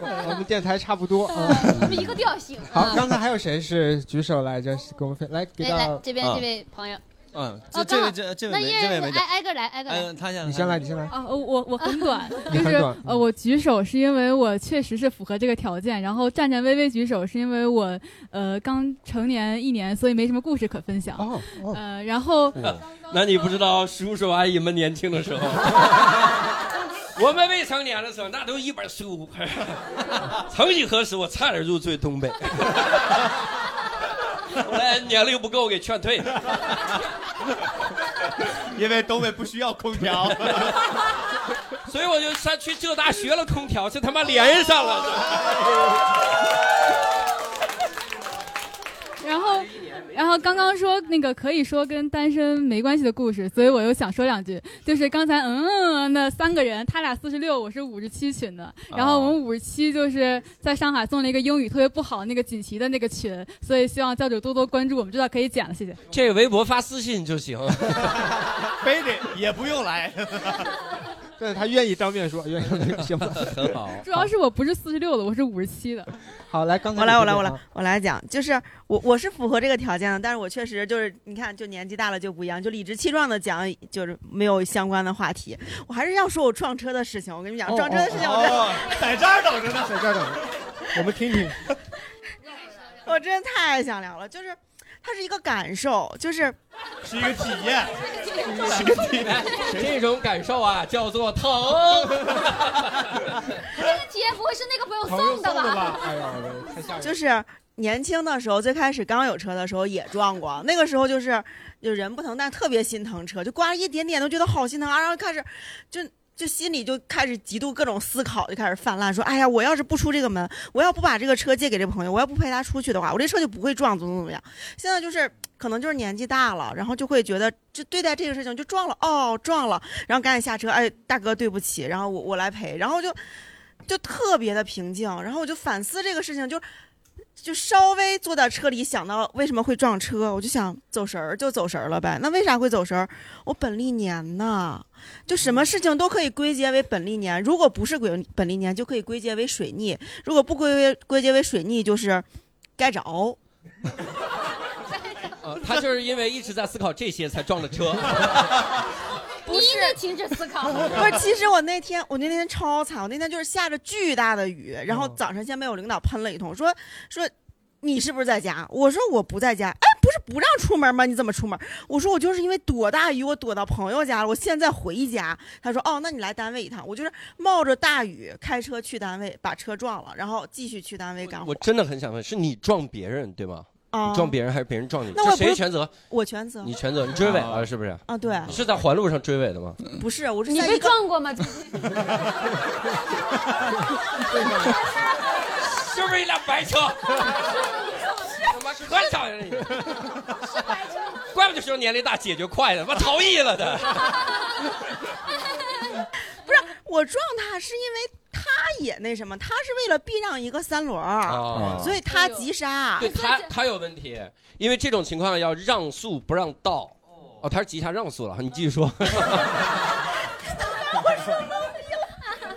S3: 我们电台差不多。啊
S1: 我
S8: 嗯
S1: 们一个调性。
S3: (laughs)
S1: 嗯
S3: 好，刚才还有谁是举手来着？是跟我们分来给
S1: 哎来
S3: 大
S1: 来
S3: 家，啊
S1: 这边这位朋友，
S2: 嗯，这
S1: 哦
S2: 这位
S1: 刚好
S2: 这这
S1: 那
S2: 位
S1: 一
S2: 没
S1: 人
S2: 这位没嗯
S1: 挨挨个来，挨哎个
S3: 嗯
S1: 来。
S2: 他先
S3: 你先来，你先来。，
S12: 啊，呃我我
S1: (laughs)
S12: 很短就
S3: 你很
S12: 是
S2: (laughs)
S3: 短
S12: 呃，我举手是因为我确实是符合这个条件，然后战战巍巍举手是因为我呃刚成年一年，所以没什么故事可分享。呃，然后
S5: 嗯那你不知道叔叔阿姨们年轻
S2: (laughs)
S5: 的时候，我们未成年的时候，那都一本书。 (laughs) 曾几何时，我差点入赘东
S2: (laughs)
S5: 北，后来年龄不够给劝退。
S2: (laughs) 因为东北不需要空 (laughs) 调，
S5: 所以我就上去浙大学了空调，这他妈连上了。
S12: 然后，然后刚刚说那个可以说跟单身没关系的故事，所以我又想说两句，就是刚才嗯那三个人，他俩四十六，我是五十七群的，然后我们五十七就是在上海送了一个英语特别不好那个锦旗的那个群，所以希望教主多多关注我们，知道可以剪了，谢谢。
S5: 这个微博发私信就行，
S2: 非得也不用来。
S3: 对他愿意当面说，愿意当面行吗？
S5: 很好
S12: 主要是我不是四十六的，我是五十七的。
S3: (laughs) 好，来，刚才
S8: 我来，
S3: 你
S8: 我
S3: 这
S8: 来，
S3: 边
S8: 我来
S3: 啊，
S8: 我来讲，就是我我是符合这个条件的，但是我确实就是你看，就年纪大了就不一样，就理直气壮的讲，就是没有相关的话题。我还是要说我撞车的事情，我跟你们讲，撞车的事情，我真的
S2: 哦，在这儿等着呢，
S3: 在这儿等着。我们听听。
S8: (laughs) 我真的太想聊了，就是它是一个感受，就是
S2: 是一个体验，
S8: 是个体
S5: (laughs) 哎这种感受啊，叫做
S2: (laughs)
S5: 疼。
S1: 这个体验不会是那个朋友送的吧？
S3: 哎呀，太吓人了。
S8: 就是年轻的时候，最开始刚有车的时候也撞过，那个时候就是就人不疼，但特别心疼车，就刮一点点都觉得好心疼啊，然后开始就。就心里就开始极度各种思考，就开始泛滥，说：“哎呀，我要是不出这个门，我要不把这个车借给这朋友，我要不陪他出去的话，我这车就不会撞，怎么怎么样。”现在就是可能就是年纪大了，然后就会觉得就对待这个事情就撞了，哦，撞了，然后赶紧下车，哎，大哥对不起，然后我我来赔，然后就就特别的平静。然后我就反思这个事情，就就稍微坐到车里想到为什么会撞车，我就想走神儿就走神儿了呗。那为啥会走神儿？我本历年呐，就什么事情都可以归结为本历年，如果不是归本历年，就可以归结为水逆；如果不归为归结为水逆，就是该着。
S5: 呃，他就是因为一直在思考这些才撞的车。
S8: 不是
S1: 停止思考
S8: (laughs) 不是，其实我那天我那天超惨，我那天就是下着巨大的雨，然
S5: 嗯
S8: 后早上先被我领导喷了一通，说说你是不是在家？我说我不在家。哎，不是不让出门吗？你怎么出门？我说我就是因为躲大雨，我躲到朋友家了，我现在回家。他说哦，那你来单位一趟。我就是冒着大雨开车去单位，把车撞了，然后继续去单位干活
S5: 我。真的很想问，是你撞别人对吗？
S8: 啊
S5: 你撞别人还是别人撞你？
S8: 那我
S5: 这
S8: 也不
S5: 谁
S8: 是
S5: 全责？
S8: 我全责
S5: 你全责，你追尾了是不是？
S8: 啊，对，
S5: 你是在环路上追尾的吗？
S8: 不是，我是
S1: 你
S8: 在
S1: 被
S8: 一个
S1: 撞过吗？
S5: 是不是一辆白车？ (laughs) 哦
S16: (laughs)
S5: 他妈可讨厌了你！怪不得说年龄大解决快呢，他妈逃逸了的。
S8: (laughs) 不是我撞他是因为他也那什么，他是为了避让一个三轮儿，
S5: 哦
S8: 所以他急刹。 (laughs)
S5: 对他， (laughs) 他有问题，因为这种情况要让速不让道。哦，他是急刹让速了，你继续说。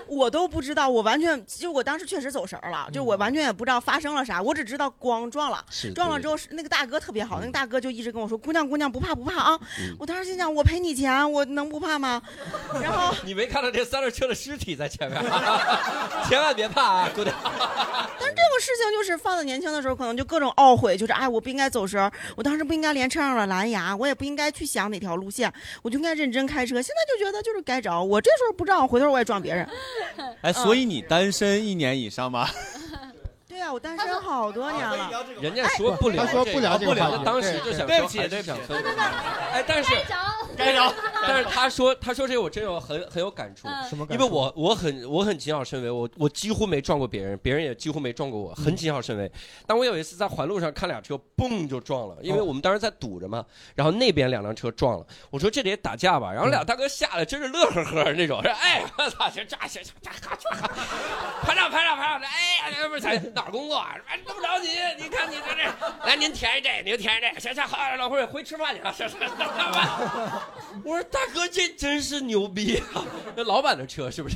S8: 我都不知道，我完全就我当时确实走神儿了，就
S5: 嗯
S8: 我完全也不知道发生了啥，我只知道咣撞了
S9: 是，
S8: 撞了之后是那个大哥特别
S5: 嗯
S8: 好，那个大哥就一直跟我说姑娘姑娘不怕不怕啊，我当时心想我赔你钱，我能不怕吗？ (laughs) 然后
S5: (laughs) 你没看到这三轮车的尸体在前面， (laughs) 千万别怕啊，姑娘。
S8: 但是这种事情就是放在年轻的时候，可能就各种懊悔，就是哎，我不应该走神儿，我当时不应该连车上的蓝牙，我也不应该去想哪条路线，我就应该认真开车。现在就觉得就是该着，我这时候不撞，回头我也撞别人。
S2: 哎，所以你单身一年以上吗？
S3: 嗯
S8: 对啊，我单身好多年了。
S5: 人家说不聊
S2: 他
S5: 这
S2: 说
S5: 个，
S2: 不聊这个
S5: 不聊
S2: 话
S5: 他
S2: 题
S5: 当时
S2: 对
S5: 就想
S2: 对不起
S5: 说还是
S2: 对不起
S5: 想说
S2: 对对
S1: (laughs)
S5: 哎，但是
S2: 该着
S5: 但是他说他说这个我真有哦很很有感触
S2: 嗯，什么感
S5: 因
S2: 触
S5: 为我我很我很谨小慎微，我我几乎没撞过别人，别人也几乎没撞过我，很谨小慎微。但我有一次在环路上看俩车嘣就撞了，因为我们当时在堵着嘛，然后那边两辆车撞了，我说这得打架吧，然后俩大哥下来真是乐呵呵那种，说哎我操，行这行这这排长排长排长，哎呀不是才哪儿工作啊？哎那么着急，您看你这这，来您填一这，您填一这，行行
S2: 哎
S5: 好，老会回吃饭去
S2: 啊 (laughs)
S5: 了，行行行老板。我说大哥，这真是牛逼啊！ (laughs) 那老板的车是不 (laughs) 是？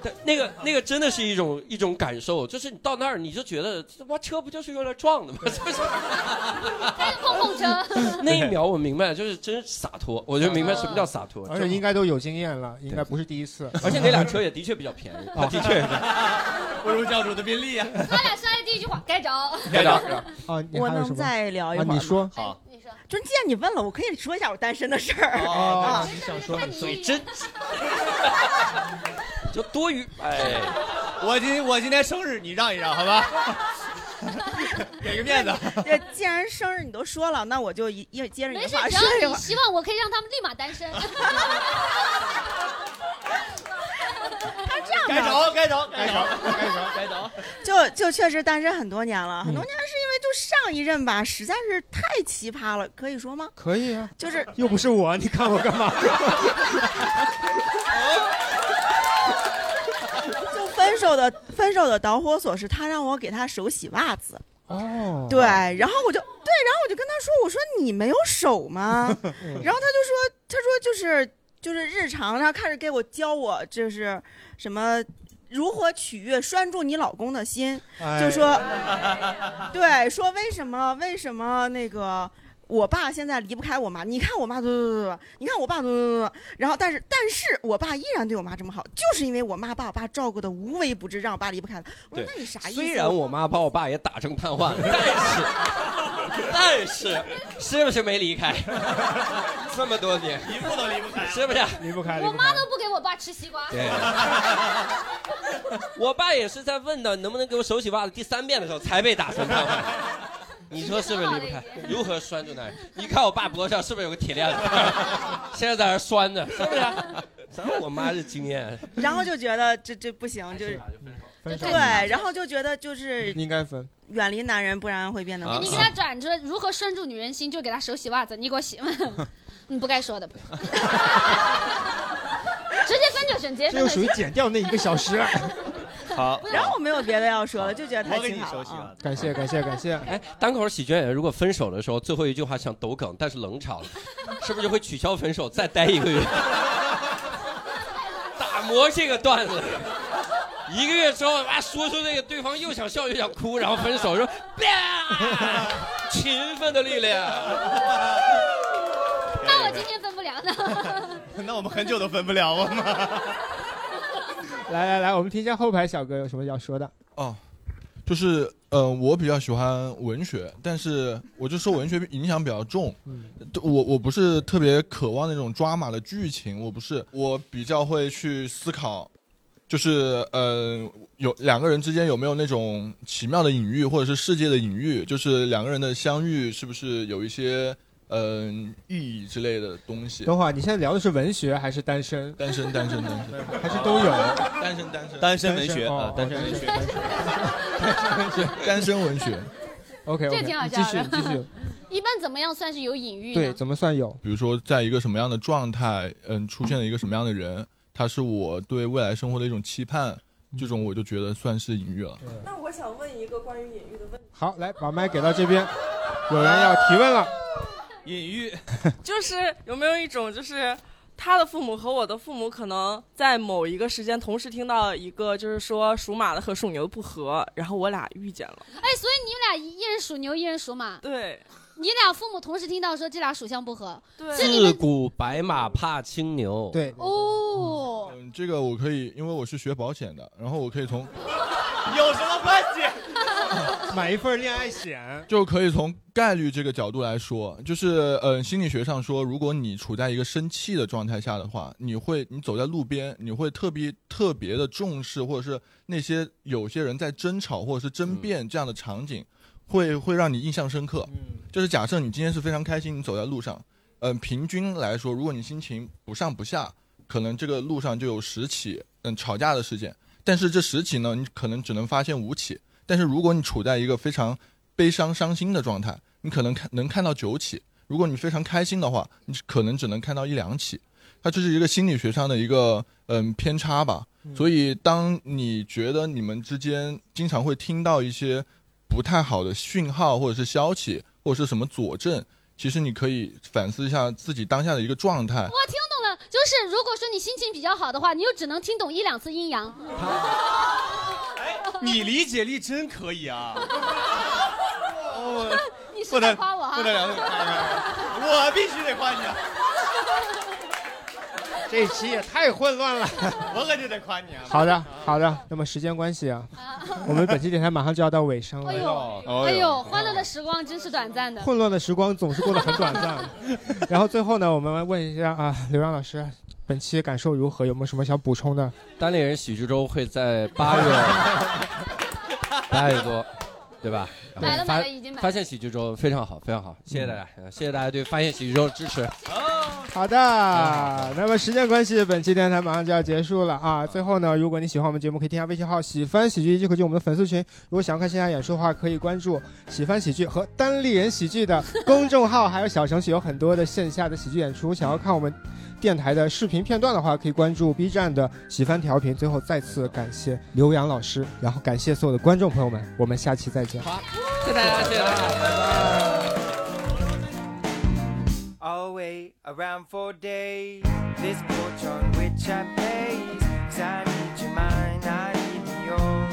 S5: 但那个那个真的是一种一种感受，就是你到那儿你就觉得他妈车不就是
S8: (laughs)
S5: 用来撞的吗？就是
S1: 碰
S2: (laughs)
S1: 碰车。
S5: 那一秒我明白，就是真洒脱，我就明白什么叫洒脱。
S3: 而且应该都有经验了，应该不是第一次。
S5: 而且那辆车也的确比较便宜，它的 (laughs) 确
S2: 不如教主的宾利
S3: (laughs)
S2: 啊。
S1: 他俩上来第一句话，该着。
S5: 该
S2: (laughs)
S5: 着
S3: 啊，你
S8: 我
S3: 还有
S8: 能
S3: 什么
S8: 再聊一会儿
S3: 啊
S8: 吗？
S3: 你说
S5: 好，
S8: 就是既然你问了，我可以说一下我单身的事儿
S3: 哦
S8: 啊。
S3: 你想说你说
S5: 嘴
S1: (laughs)
S5: 真就多余。哎，
S2: 我今我今天生日，你让一让好
S8: (laughs)
S2: 吧？ (laughs) 给个面子。 (laughs)
S8: 这既然生日你都说了，那我就一一接着你
S1: 没
S8: 的
S1: 事，
S8: 话
S1: 只
S8: 说一
S1: 要
S8: 会
S1: 你
S8: 儿。
S1: 希望，我可以让他们立马单身。
S8: 他这样吧
S2: (laughs) 该着该着该着该着嗯该着。
S8: 就就确实单身很多年了，很多年是因为就上一任吧，实在是太奇葩了，可以说吗？ (laughs)
S3: 可以啊，
S8: 就是
S3: 又不是我，你看我干嘛？
S8: 就分手的分手的导火索是他让我给他手洗袜子，
S3: 哦
S8: 对，然后我就对，然后我就跟他说，我说你没有手吗？
S2: (laughs) 嗯
S8: 然后他就说，他说就是就是日常，他开始给我教我就是什么。如何取悦拴住你老公的心？
S2: 哎
S8: 就说，
S14: (laughs)
S8: 对，说为什么为什么那个我爸现在离不开我妈？你看我妈嘟嘟嘟嘟，你看我爸嘟嘟嘟嘟，然后但是但是我爸依然对我妈这么好，就是因为我妈把我爸照顾的无微不至，让我爸离不开他。我
S5: 对
S8: 说那你啥意思？
S5: 虽然我妈把我爸也打成瘫痪了， (laughs) 但是但是是不是没离 (laughs) 开？这么多年，一步都离不开，是不是？啊
S3: 离不开
S1: 我妈都不给我爸吃西瓜。
S5: 对 (laughs) 我爸也是在问到能不能给我手洗袜子第三遍的时候才被打成瘫痪。你说是不是离不开？如何拴住那人？你看我爸脖子上是不是有个铁链子？现在在那儿拴着，是不啊是？ (laughs) 咱我妈这经验，
S8: 然后就觉得这这不行，就是
S3: 分手
S8: 对，然后就觉得就是
S3: 应该分。
S8: 远离男人，不然会
S25: 啊
S8: 变得
S1: 你给他转着如何拴住女人心，就给他手洗袜 (laughs) 子，
S25: (laughs)
S1: 你给我洗。你不该说的，直接分就行。
S8: 沈杰
S3: 这就属于减掉那一个小时。啊 (laughs)
S2: 好，
S8: 然后我没有别的要说了，就觉得他
S2: 我给
S8: 挺
S2: 你
S8: 好
S2: 熟悉
S8: 啊。
S2: 了。
S3: 感谢感谢感谢。
S5: 哎，单口喜剧演员如果分手的时候最后一句话想抖梗，但是冷场了，是不是就会取消分手，再待一个月， (laughs) 打磨这个段子？一个月之后，哇，说出那个对方又想笑又想哭，然后分手，说，啪，勤奋的力量。
S1: 那我今天分不了
S25: (laughs)
S1: 呢。
S2: (laughs) 那我们很久都分不了了嘛。
S3: 来来来，我们听一下后排小哥有什么要说的。
S25: 哦，就是呃，我比较喜欢文学，但是我就受文学影响比较重。
S3: 嗯
S25: 对我我不是特别渴望那种抓马的剧情，我不是，我比较会去思考，就是呃，有两个人之间有没有那种奇妙的隐喻，或者是世界的隐喻，就是两个人的相遇是不是有一些嗯、意义之类的东西。
S3: 等会儿你现在聊的是文学还是单身？
S25: 单身单身单身，
S3: 还是都有。
S25: 单身单身
S2: 单身文学
S3: 哦
S2: 啊，单身文学，
S25: 单身 (laughs) 单身文学。
S3: OK
S1: 这挺好笑的。
S25: 继续继
S1: (laughs)
S25: 续
S1: 一般怎么样算是有隐喻呢？
S25: 对，
S3: 怎么算有？
S25: 比如说，在一个什么样的状态，嗯，出现了一个什么样的人，他是我对未来生活的一种期盼，这种我就觉得算是隐喻了。
S16: 那我想问一个关于隐喻的问题，
S3: 好，来把麦给到这边，有人
S1: 啊
S3: 要提问了。
S2: 隐喻，
S16: (laughs) 就是有没有一种就是。他的父母和我的父母可能在某一个时间同时听到一个，就是说属马的和属牛的不和，然后我俩遇见了。
S1: 哎，所以你们俩一人属牛，一人属马。
S16: 对，
S1: 你俩父母同时听到说这俩属相不合，
S16: 对
S1: 这你们
S5: 古白马怕青牛。
S3: 对，
S1: 哦，
S25: 嗯，这个我可以，因为我是学保险的，然后我可以从
S2: 有什么关系？
S3: 买一份恋爱险。
S25: 就可以从概率这个角度来说，就是嗯，心理学上说，如果你处在一个生气的状态下的话，你会你走在路边，你会特别特别的重视，或者是那些有些人在争吵或者是争辩这样的场景，会会让你印象深刻。就是假设你今天是非常开心，你走在路上，嗯、平均来说，如果你心情不上不下，可能这个路上就有十起嗯吵架的事件，但是这十起呢，你可能只能发现五起。但是如果你处在一个非常悲伤、伤心的状态，你可能看能看到九起；如果你非常开心的话，你可能只能看到一两起。它这是一个心理学上的一个嗯偏差吧。所以，当你觉得你们之间经常会听到一些不太好的讯号，或者是消息，或者是什么佐证，其实你可以反思一下自己当下的一个状态。
S1: 我听懂了，就是如果说你心情比较好的话，你就只能听懂一两次阴阳。
S2: 你理解力真可以啊！
S1: (laughs)
S25: 哦
S1: 你是在夸我啊？
S2: 不得了不得了我必须得夸你啊，
S3: 这一期也太混乱了。
S2: 我可就得夸你啊！
S3: 好的，好的。那么时间关系啊，我们本期电台马上就要到尾声了。
S1: 哎呦，
S25: 哦
S1: 哎呦，欢乐的时光真是短暂的。
S3: 混乱的时光总是过得很短暂。然后最后呢，我们问一下啊，刘洋老师，本期感受如何？有没有什么想补充的？
S5: 单立人喜剧周会在八月八月多，对吧？
S1: 买了
S5: 发
S1: 买了已经买了嗯
S5: 发现喜剧周非常好，非常好，谢谢大家，呃谢谢大家对发现喜剧周的支持。
S3: 好的，那么时间关系，本期电台马上就要结束了啊！最后呢，如果你喜欢我们节目，可以添加微信号“喜翻喜剧”，就可以进我们的粉丝群。如果想要看线下演出的话，可以关注“喜翻喜剧”和“单立人喜剧”的公众号，还有小程序，有很多的线下的喜剧演出。想要看我们电台的视频片段的话，可以关注 B 站的“喜翻调频”。最后再次感谢刘洋老师，然后感谢所有的观众朋友们，我们下期再见。
S5: 谢谢大家，谢谢大家。
S15: away around for days. This porch on which I base, 'cause I need your mind, I need yours.
S18: Oh,